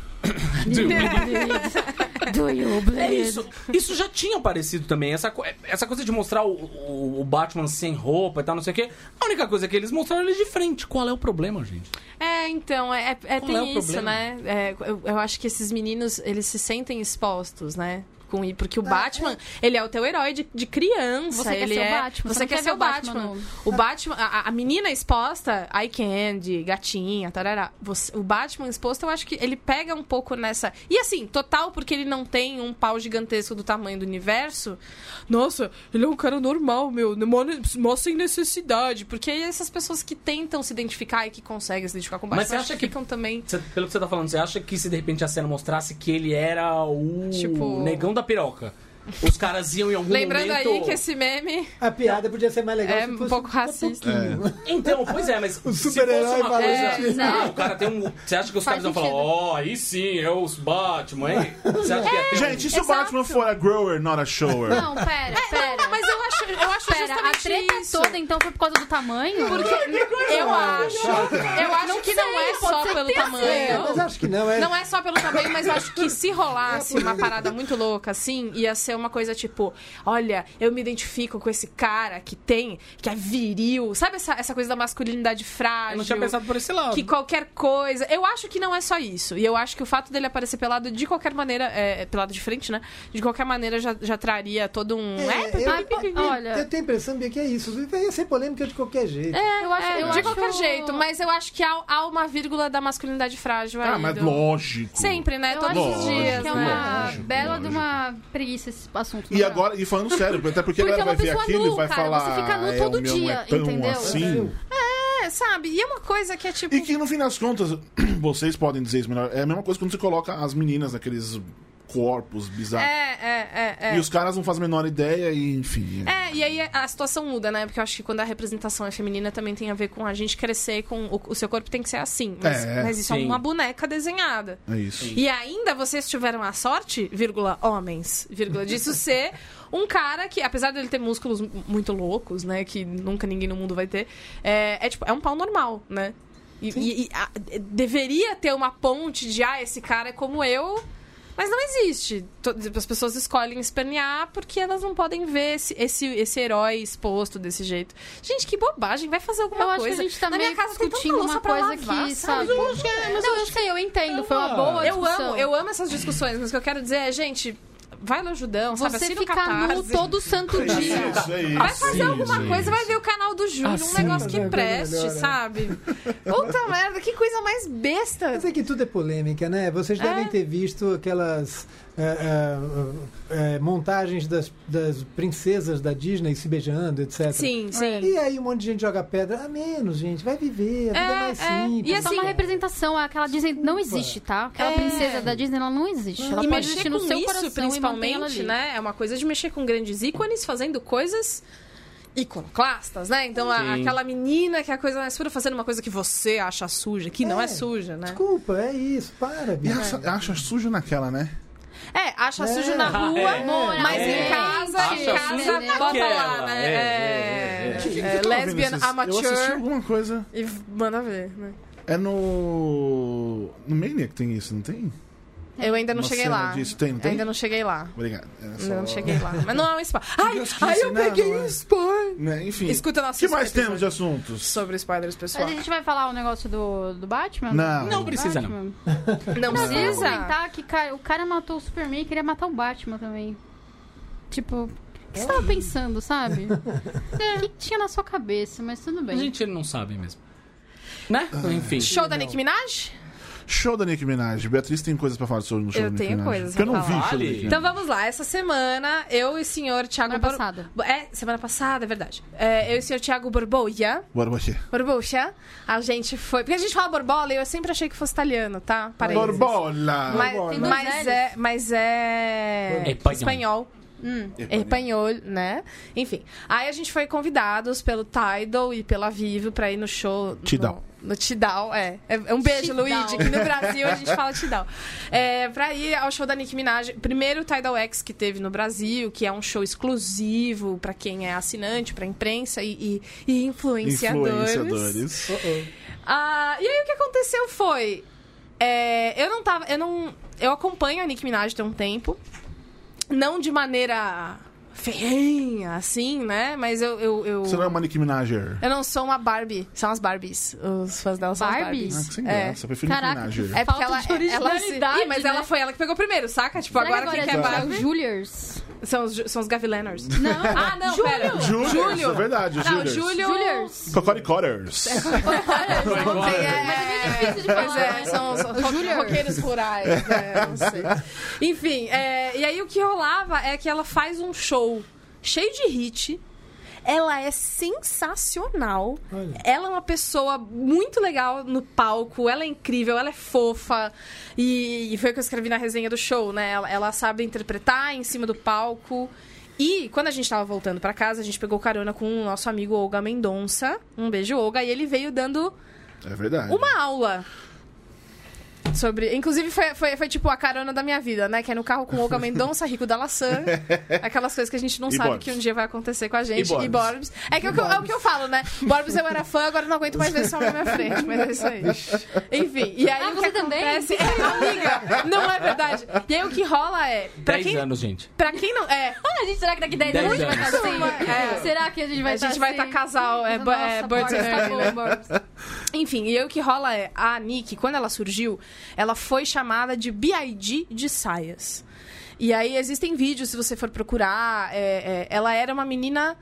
Do you
É
bleed?
isso. Isso já tinha aparecido também. Essa, co- essa coisa de mostrar o, o- o Batman sem roupa e tal, não sei o quê. A única coisa que eles mostraram é ele de frente. Qual é o problema, gente?
É, então, é, é- é-
Qual
tem
é o
isso,
problema?
né? É, eu, eu acho que esses meninos, eles se sentem expostos, né? Com, e porque o Batman, ele é o teu herói de, de criança.
Ah, Você quer
ele
ser o
é-
Batman,
Você,
você não
quer ser o Batman.
no-
O Batman, a, a menina exposta, eye candy, gatinha, tarará. Você- o Batman exposto, eu acho que ele pega um pouco nessa... E assim, total, porque ele não tem um pau gigantesco do tamanho do universo. Nossa, ele é um cara normal, meu. Mó, mó sem necessidade. Porque aí essas pessoas que tentam se identificar e que conseguem se identificar com o Batman,
Mas você
eu acho
acha
que
que-
ficam também...
Você- pelo que você tá falando, você acha que se de repente a cena mostrasse que ele era o
Tipo-
negão da piroca? Os caras iam em algum
Lembrando
momento...
aí que esse meme
A piada podia ser mais legal
é
se
um
fosse
pouco racista.
Então, pois é, mas o
super-herói fala
isso.
não, o cara tem um. Você acha que os
Faz
caras vão falar,
sentido.
ó, aí sim, é os Batman, hein? Você acha que é.
Gente, e se o
Exato.
Batman for a grower, not a shower?
Não, pera, pera.
Não, mas eu acho, eu acho
Pera, a
justamente
treta
isso.
toda então foi por causa do tamanho?
Porque eu acho, eu acho que não é
sei,
só
pode ser
pelo
que tenha
É,
tamanho.
mas acho que não, é.
Não é só pelo tamanho, mas eu acho que se rolasse uma parada muito louca assim, ia ser uma coisa tipo: olha, eu me identifico com esse cara que tem, que é viril. Sabe essa, essa coisa da masculinidade frágil?
Eu não tinha pensado por esse lado.
Que qualquer coisa. Eu acho que não é só isso. E eu acho que o fato dele aparecer pelado de qualquer maneira. É, pelado de frente, né? De qualquer maneira já, já traria todo um. É,
eu,
pipi, pipi,
eu,
pipi.
olha.
eu tenho a impressão Bia, que é isso. Ia ser polêmica de qualquer jeito.
É, eu acho,
É,
eu
de
acho-
qualquer jeito, mas eu acho que há, há uma vírgula da masculinidade frágil aí.
ah, mas
do-
lógico.
Sempre, né?
Eu
Todos
acho
os
Lógico,
dias.
que é uma
né?
lógico,
bela
lógico.
de uma preguiça esse assunto. né?
E
na moral.
agora, e falando sério, até porque,
Porque
a
é
galera
uma
vai ver
pessoa
aquilo e
nu,
vai
cara,
falar.
você fica nu
"Ah, é,
todo
o meu
dia,
é tão
entendeu?
Assim.
É, sabe? E é uma coisa que é tipo.
E que no fim das contas, vocês podem dizer isso melhor, é a mesma coisa quando você coloca as meninas naqueles corpos bizarros.
É, é, é, é.
tá? E os caras não fazem a menor ideia e enfim. é.
É, e aí a situação muda, né? Porque eu acho que quando a representação é feminina também tem a ver com a gente crescer, com o, o seu corpo tem que ser assim. Mas,
É.
mas isso é
Sim.
uma boneca desenhada.
É, isso.
E ainda vocês tiveram a sorte, vírgula, homens, vírgula, disso ser um cara que, apesar dele ter músculos mu- muito loucos, né, que nunca ninguém no mundo vai ter, é, é tipo, é um pau normal, né? E, e- e a- e deveria ter uma ponte de, ah, esse cara é como eu, mas não existe. To- As pessoas escolhem espernear porque elas não podem ver esse, esse, esse herói exposto desse jeito. Gente, que bobagem, vai fazer alguma
Eu acho
coisa.
que a gente tá
Na minha
meio
casa tem tanta
discutindo
louça
uma
pra
coisa
lavar, sabe?
que, sabe? não, eu Ah, sei, eu entendo. Foi uma boa
Eu
discussão.
amo, eu amo essas discussões, mas o que eu quero dizer é, gente, vai no ajudão, sabe?
Você
Assina o
ficar nu
Catarse.
todo santo
É
dia.
isso, é isso.
Vai fazer
é
alguma
isso, é
coisa,
isso.
vai ver o canal do Júlio, um
Assina.
negócio que
Fazer uma coisa
preste,
melhor, né?
sabe? Puta merda, que coisa mais besta.
Mas é que tudo é polêmica, né? Vocês devem ter visto aquelas é, é, é, montagens das, das princesas da Disney se beijando, etc.
Sim, sim.
E aí um monte de gente joga pedra. A menos, gente, vai viver, a vida é
É,
mais
é. E
simples.
É só uma representação, aquela Disney não existe, tá? Aquela
É.
princesa da Disney, ela não existe. Ela
e
pode
mexer
existir
com
no seu
isso,
coração e mantém ela
principalmente,
ali.
né? É uma coisa de mexer com grandes ícones, fazendo coisas iconoclastas, né? Então, a-
Sim.
aquela menina que é a coisa mais pura, fazendo uma coisa que você acha suja, que não é suja, né?
Desculpa, é isso, para,
E
né?
bicho.
acha, acha sujo naquela, né?
É, acha
É.
sujo na rua,
Amor,
mas
é.
em casa, em
Acha
casa,
sujo
bota
naquela,
lá, né?
é,
É,
é,
Que- que- que eu
é,
tava vendo
lesbian
esses- Eu assisti um
amateur
alguma coisa.
e manda ver, né?
É no. No Maniac tem isso, não tem?
Eu ainda não
Uma
cheguei
cena
lá.
disso. Tem, não tem?
Ainda não cheguei lá.
Obrigado. Era só-
Ainda não cheguei lá. Mas não é um spoiler. Ai,
Deus quis,
ai eu
né?
peguei
Não é.
um spoiler.
Né, Enfim.
Escuta
O
nosso
que mais
episódio
temos de assuntos?
Sobre spoilers, pessoal.
Mas a gente vai falar o negócio do, do Batman?
Não.
Não precisa, não.
Batman.
Não
Não, eu ia
precisa.
comentar que cara, o cara matou o Superman e queria matar o Batman também. Tipo, o
É.
que você tava pensando, sabe? O que que tinha na sua cabeça, mas tudo
A
bem.
gente ele não sabe mesmo. Né? Enfim.
Show da Nicki Minaj?
Show da Nicki Minaj. Beatriz tem coisas pra falar sobre o show
Eu
da Nicki
tenho
Minaj.
coisas
Porque eu
pra
não vi o
falar.
show da Nicki
Então
Minaj.
vamos lá. Essa semana, eu e o senhor Thiago...
Semana
Bor-
passada.
É, semana passada, é verdade. É, eu e o senhor Thiago Borbolha...
Bora você.
Borbucha, a gente foi... Porque a gente fala borbola e eu sempre achei que fosse italiano, tá? Parênteses.
Borbola!
Mas,
Borbola.
Tem dois
mas
L's.
é... Mas é...
É espanhol.
Espanhol. É espanhol, né? Enfim. Aí a gente foi convidados pelo Tidal e pela Vivo pra ir no show.
Tidal.
No, no Tidal, é. É um beijo,
Tidal.
Luigi, que no Brasil a gente fala Tidal. É, pra ir ao show da Nicki Minaj. Primeiro o Tidal X que teve no Brasil, que é um show exclusivo pra quem é assinante, pra imprensa e, e- e
Influenciadores.
ah, e aí o que aconteceu foi. é, eu não tava. Eu não. Eu acompanho a Nicki Minaj tem um tempo. Não de maneira ferrenha, assim, né? Mas eu. eu, eu...
Você não é uma Nicki Minajer?
Eu não sou uma Barbie, são as Barbies. Os fãs dela são
Barbies?
Ah,
as
que sem
Barbies. É.
graça. Eu prefiro Nicki
Caraca,
Minaj.
É porque
Falta
ela, ela
de
se...
originalidade,
Ih, mas ela
né?
foi ela que pegou primeiro, saca? Tipo,
Será que
agora quem quer
é o
Barbie
Juliers.
são os, Ju- são os Gavilaners.
Não.
Ah, não, pera.
Júlio!
Júlio.
É verdade,
Não,
Júlio.
Júlio... É
Juliers.
Cocory Cotters.
Tem, é,
difícil de
Pois
falar,
é,
né?
são os
O Júnior.
roqueiros rurais, né? Não sei. Enfim, é, e aí o que rolava é que ela faz um show cheio de hit. Ela é sensacional.
Olha.
Ela é uma pessoa muito legal no palco. Ela é incrível, ela é fofa. E, e foi o que eu escrevi na resenha do show, né? Ela, ela sabe interpretar em cima do palco. E quando a gente tava voltando pra casa, a gente pegou carona com o nosso amigo Olga Mendonça. Um beijo, Olga. E ele veio dando
É verdade.
uma aula sobre. Inclusive, foi, foi, foi, tipo a carona da minha vida, né? Que é no carro com Olga Mendonça, Rico da Laçã. Aquelas coisas que a gente não
E
sabe
Borbs.
que um dia vai acontecer com a gente.
E Borbs.
E Borbs. É, que é o que eu- é o que eu falo, né? Borbs eu era fã, agora não aguento mais ver esse homem na minha frente. Mas é isso aí. Enfim, e aí
Ah,
o que
você também?
acontece. É, amiga, não é verdade. E aí o que rola é. Pra
10
quem,
anos, gente.
pra quem não. É.
Ah, gente, será que daqui 10,
Dez
anos a gente vai
anos.
estar assim?
É.
Será que a gente vai
A
estar
gente vai estar
assim?
casal, é,
Nossa,
é, Birds
Borbs, tá
and
acabou,
Ernie, né?
Borbs.
Enfim, e aí o que rola é, a Nick, quando ela surgiu, ela foi chamada de BID de saias. E aí existem vídeos, se você for procurar. é, é, ela era uma menina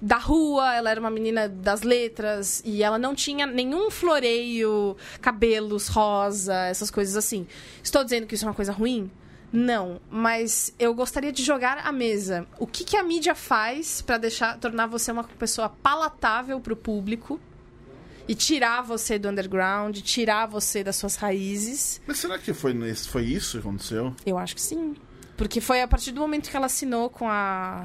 da rua, ela era uma menina das letras, e ela não tinha nenhum floreio, cabelos rosa, essas coisas assim. Estou dizendo que isso é uma coisa ruim? Não, mas eu gostaria de jogar à mesa. O que, que a mídia faz pra deixar tornar você uma pessoa palatável pro público? E tirar você do underground, tirar você das suas raízes.
Mas será que foi, nesse, foi isso que aconteceu?
Eu acho que sim. Porque foi a partir do momento que ela assinou com a.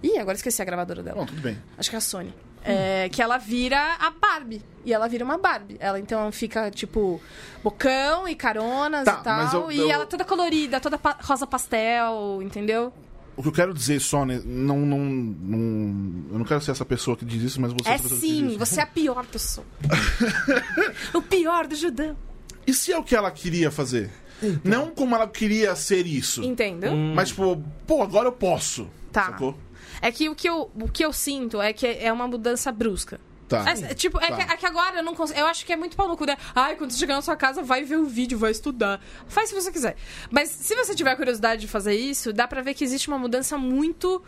Ih, agora esqueci a gravadora dela.
Tá Bom, tudo bem.
Acho que é a Sony. É, que ela vira a Barbie. E ela vira uma Barbie. Ela então fica, tipo, bocão e caronas
Tá,
e tal.
mas eu-
e
eu-
ela toda colorida, toda pa- rosa pastel, entendeu?
O que eu quero dizer só, né, não, não, não- Eu não quero ser essa pessoa que diz isso, mas você
é
essa pessoa que diz
sim,
isso.
você é a pior pessoa. o pior do judão.
E se é o que ela queria fazer?
Então.
Não como ela queria ser isso.
Entendeu?
Mas, tipo, pô, agora eu posso.
Tá.
Sacou?
É que o que, eu, o que eu sinto é que é uma mudança brusca.
Tá.
É, tipo, é,
Tá.
que, é que agora eu não consigo. Eu acho que é muito pau no cu, né? Ai, quando você chegar na sua casa, vai ver o vídeo, vai estudar. Faz se você quiser. Mas se você tiver curiosidade de fazer isso, dá pra ver que existe uma mudança muito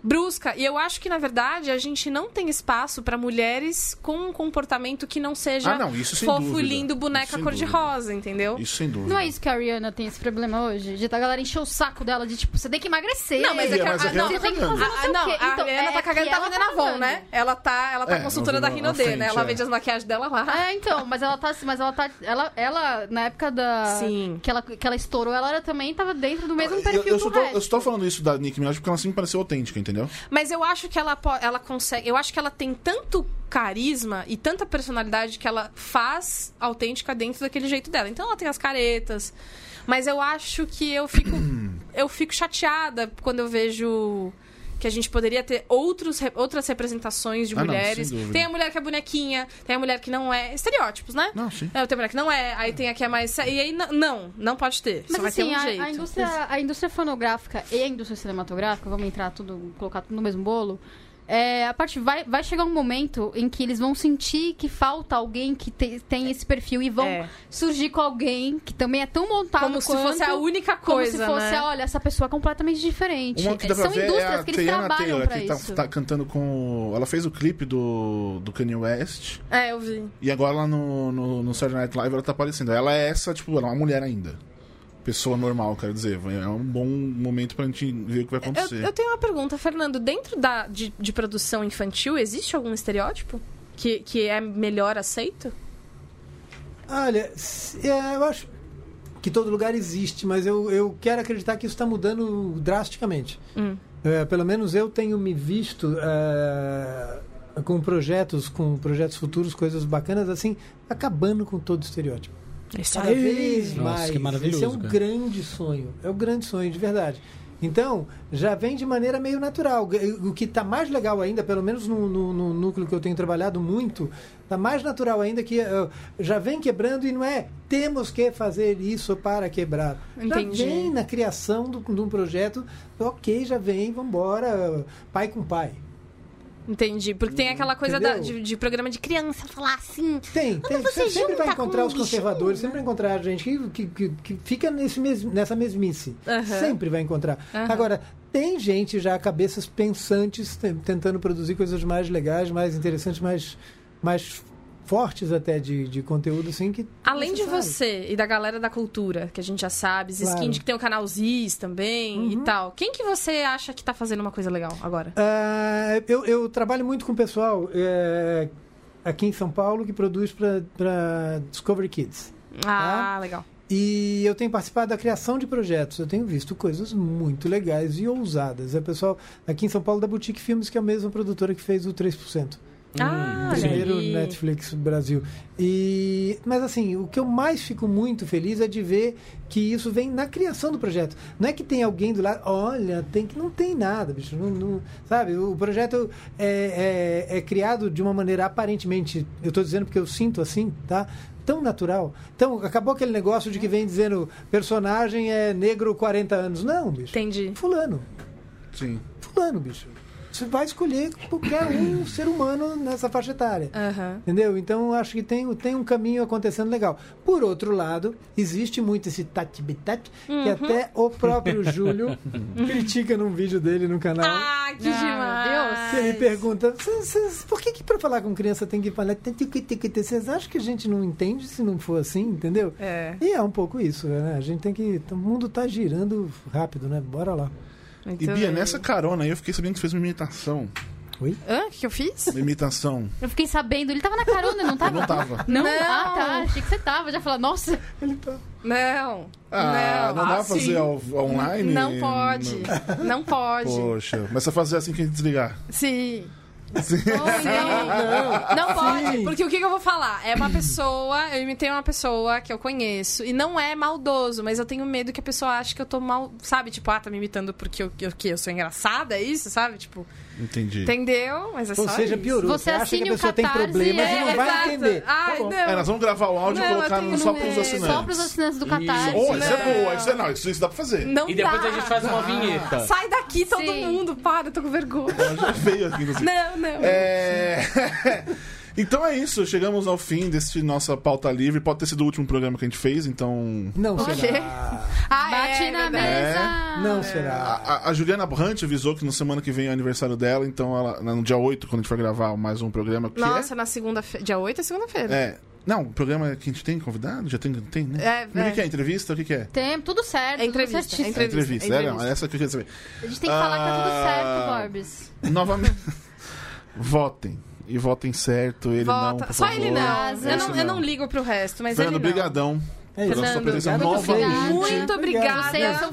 brusca. E eu acho que, na verdade, a gente não tem espaço pra mulheres com um comportamento que não seja
Ah, não, isso sem
fofo,
dúvida.
lindo,
Isso
boneca
sem
cor-de-rosa, entendeu?
Isso sem dúvida.
Não é isso que a Ariana tem esse problema hoje? De tá a galera encheu o saco dela de tipo, você tem que emagrecer.
Não, mas é que a,
Mas a
a- não,
Rihanna
você tem que
cagando.
fazer não
Ah,
sei o
não,
quê.
a
Então,
Helena
é
tá cagando,
que
tá
ela
vendendo a Avon,
cagando.
né? Ela tá, ela tá
É,
consultora
não,
da
não,
Rinodê,
à frente,
né? Ela
é.
vende as maquiagens dela lá.
É, então, mas ela tá. Mas ela tá. Ela, ela na época da.
Sim.
Que ela, que ela estourou, ela era, também tava dentro do mesmo
Eu,
um perfil
eu,
do
só tô, eu
resto.
só tô falando isso da Nick Minaj porque ela sempre pareceu autêntica, entendeu?
Mas eu acho que ela, po- ela consegue. Eu acho que ela tem tanto carisma e tanta personalidade que ela faz autêntica dentro daquele jeito dela. Então ela tem as caretas. Mas eu acho que eu fico. eu fico chateada quando eu vejo que a gente poderia ter outros, re- outras representações de
Ah, não,
mulheres.
sem dúvida.
tem a mulher que é bonequinha, tem a mulher que não é. Estereótipos, né?
Não, sim.
É, tem a mulher que não é, aí tem a que é mais. sé- E aí, n- não, não pode ter.
Mas
só vai
assim,
ter um
a,
jeito.
a indústria, a indústria fonográfica e a indústria cinematográfica, vamos entrar tudo, colocar tudo no mesmo bolo. é, a parte vai, vai chegar um momento em que eles vão sentir que falta alguém que te- tem esse perfil e vão
É.
surgir com alguém que também é tão montado
Como se
quanto,
fosse a única coisa.
como se fosse,
né?
olha, essa pessoa é completamente diferente.
Uma que dá pra
São
ver é
indústrias
a
que eles
Teyana
trabalham
Taylor,
pra
que
isso.
tá, tá cantando com. Ela fez o clipe do, do Kanye West.
É, eu vi.
E agora lá no, no, no Saturday Night Live ela tá aparecendo. Ela é essa, tipo, ela é uma mulher ainda. Pessoa normal, quero dizer. É um bom momento pra gente ver o que vai
Eu,
acontecer.
eu tenho uma pergunta, Fernando. Dentro da, de, de produção infantil, existe algum estereótipo que, que é melhor aceito?
Olha, se- é, eu acho que todo lugar existe, mas eu, eu quero acreditar que isso está mudando drasticamente. É, pelo menos eu tenho me visto é, com projetos, com projetos futuros, coisas bacanas assim, acabando com todo estereótipo.
Isso
Cada vez
Nossa,
mais.
que maravilhoso,
Esse é um
cara.
grande sonho. É um grande sonho, de verdade. Então, já vem de maneira meio natural. O que está mais legal ainda, pelo menos no, no- no núcleo que eu tenho trabalhado muito, está mais natural ainda que eh, já vem quebrando e não é temos que fazer isso para quebrar.
Entendi.
Já vem na criação do- de um projeto, ok, já vem, vambora, pai com pai.
Entendi. Porque tem aquela coisa da-
Entendeu?
de, de programa de criança falar assim.
Tem, tem.
você
sempre vai
junta com
encontrar
um
os conservadores, sempre vai encontrar gente que, que, que, que fica nesse mes, nessa mesmice.
Aham.
Sempre vai encontrar.
Aham.
Agora, tem gente já, cabeças pensantes, te- tentando produzir coisas mais legais, mais interessantes, mais, mais fortes até de, de conteúdo, assim, que.
Além de
necessário.
você e da galera da cultura, que a gente já sabe, Ziskind,
Claro.
que tem o canal Ziz também e tal. Quem que você acha que tá fazendo uma coisa legal agora?
Ah, eu, eu trabalho muito com o pessoal é, aqui em São Paulo que produz para Discovery Kids.
Ah,
Ah.
legal.
E eu tenho participado da criação de projetos. Eu tenho visto coisas muito legais e ousadas. É pessoal aqui em São Paulo da Boutique Filmes, que é a mesma produtora que fez o 3%.
ah, olha
Primeiro
aí.
Netflix Brasil. E mas assim, o que eu mais fico muito feliz é de ver que isso vem na criação do projeto. Não é que tem alguém do lado, olha, tem que não tem nada, bicho, não, não- sabe? O projeto é, é- é criado de uma maneira aparentemente, eu estou dizendo porque eu sinto assim, tá? Tão natural. Então, acabou aquele negócio de que vem dizendo personagem é negro 40 anos. Não, bicho.
Entendi.
Fulano
Sim.
fulano, bicho. Você vai escolher qualquer um ser humano nessa faixa
Ah.
etária.
Aham.
Entendeu? Então acho que tem, tem um caminho acontecendo legal. Por outro lado, existe muito esse tati bitati
Uhum.
que até o próprio Júlio critica num vídeo dele no canal.
Ah, que
Ai, meu
demais.
que ele pergunta, "Cês- cês- por que, que para falar com criança tem que falar? Vocês acham que a gente não entende se não for assim, entendeu?
É,
E é um pouco isso, né? A gente tem que. O mundo tá girando rápido, né? Bora lá.
muito
E Bia,
bem.
nessa carona aí eu fiquei sabendo que fez uma imitação.
Hã? O que que eu fiz?
Uma imitação.
Eu fiquei sabendo, ele tava na carona,
Tá
não
Eu não
tava?
tá. tava.
Não?
Não.
Ah, tá. Achei que você tava. Já falou, nossa,
Ele tá.
Não.
Ah, não, dá pra fazer ao- online?
Não pode. Não pode.
Poxa, mas só fazer assim que a gente desligar.
Sim.
Sim.
Não, não pode.
Sim.
Porque o que, que eu vou falar? É uma pessoa, eu imitei uma pessoa que eu conheço. E não é maldoso, mas eu tenho medo que a pessoa ache que eu tô mal. Sabe? Tipo, ah, tá me imitando porque eu, que eu, que eu sou engraçada, é isso? Sabe? Tipo,
Entendi.
entendeu? Mas é só.
Ou seja,
isso.
piorou.
Você
Você, acha que a
assine o
pessoa tem
Catarse, Ah,
problemas
É,
e não vai
exato.
entender.
Ai,
Tá bom.
É, nós vamos gravar o áudio
Não,
e
eu
colocar
tenho
no-
que
só
não
pros
é.
assinantes.
só pros assinantes do
Isso.
Catarse.
Oh, isso
Não.
é boa, isso é não, isso, isso dá pra fazer.
né? Não
E depois
dá.
a gente faz uma vinheta.
Sai daqui, todo
Sim.
mundo. Para, eu tô com vergonha.
Já veio aqui, inclusive.
não, não.
É... então é isso, chegamos ao fim desse nossa pauta livre. Pode ter sido o último programa que a gente fez, então.
Não
Por
será.
Ah,
Bate
é,
na
verdade.
mesa.
Não será.
A, a Juliana Brandt avisou que na semana que vem é o aniversário dela, então ela, no dia 8, quando a gente for gravar mais um programa. Que
Nossa, na segunda-feira. Dia 8 é segunda-feira.
É... é. Não, o programa que a gente tem convidado? Já tem, tem né?
É,
O que
é.
que é? Entrevista? O que, que é?
Tem, tudo certo.
É entrevista,
Tudo certíssimo.
é Entrevista,
entrevista, é, não,
entrevista.
essa que eu queria saber.
A gente tem que falar que tá tudo
Ah.
certo, Borbes.
Novamente. votem. E votem certo, ele não.
Vota.
por
Só
favor.
ele não.
Esse
Eu não, eu
não.
não ligo pro resto, mas
Fernando,
ele não.
brigadão
É
pela
Fernando,
sua presença
obrigado,
novamente.
Muito obrigada.
Você é seu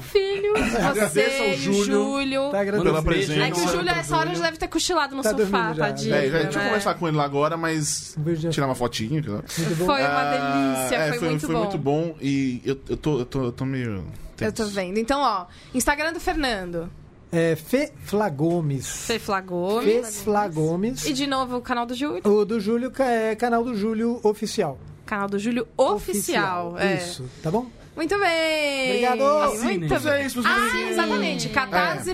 filho.
Agradeço ao
Você e o
Júlio.
Júlio.
Tá agradecido.
um
Pela presença.
É que o
tá
Júlio, a essa hora, já deve ter cochilado no
Tá
sofá,
dormindo já.
tadinho.
É, já, deixa eu
né?
conversar com ele lá agora, mas
Um beijo de-
tirar uma fotinha. que lá.
Muito bom.
Foi uma
Ah,
delícia,
é,
foi, muito, bom.
muito bom. E eu, eu, tô, eu, tô, eu tô meio.
Eu tô
tenso.
vendo. Então, ó, Instagram do Fernando.
É, Fê Fla Gomes.
Você flagou.
Fê Fla Gomes.
E de novo, o canal do Júlio.
O do Júlio ca- é canal do Júlio Oficial.
Canal do Júlio oficial. é.
Isso, tá bom?
Muito bem.
Obrigado.
Assinem.
Muito
Isso é
bem.
isso, meus
Ah,
meninos.
exatamente.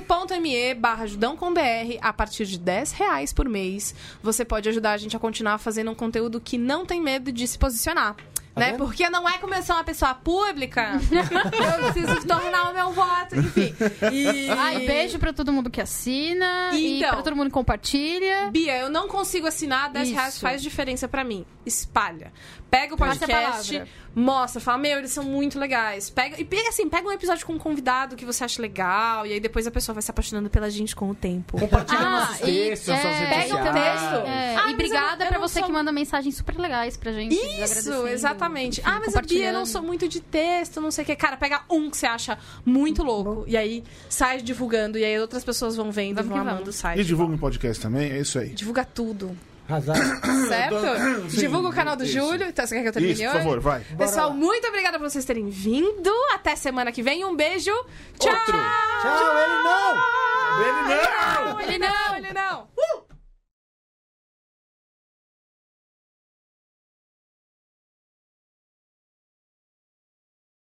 catarse.me barra ajudão com BR. A partir de 10 reais por mês, você pode ajudar a gente a continuar fazendo um conteúdo que não tem medo de se posicionar. né?
vendo?
Porque não é como eu sou uma pessoa pública, eu preciso tornar o meu voto, enfim. E...
Ai, beijo pra todo mundo que assina e
Então.
pra todo mundo que compartilha.
Bia, eu não consigo assinar, 10 reais
Isso.
faz diferença pra mim. Espalha. Pega o
Passa a
podcast,
palavra.
mostra, fala, meu, eles são muito legais. Pega, e pega assim, pega um episódio com um convidado que você acha legal, e aí depois a pessoa vai se apaixonando pela gente com o tempo.
Compartilha
Ah,
nossos
e-
textos,
é,
suas redes
Pega o
sociais.
texto.
É,
Ah, mas
e
eu
obrigada
não- eu
pra
não
você
sou-
que manda mensagens super legais pra gente.
Isso,
agradecendo,
exatamente.
enfim,
Ah, mas a Bia, eu não
compartilhando.
sou muito de texto, não sei o que. Cara, pega um que você acha muito louco, e aí sai divulgando, e aí outras pessoas vão vendo,
Vamos
vão
que vamos.
amando o site.
E divulga um podcast também, é isso aí.
Divulga tudo,
Arrasado.
certo?
Sim,
Divulga o canal do
isso.
Júlio. Então, você quer que eu termine
Isso, por
hoje?
favor, vai.
Pessoal, muito obrigada por vocês terem vindo. Até semana que vem. Um beijo. Tchau.
Tchau, ele não!
Ele não!
Ele não, ele não.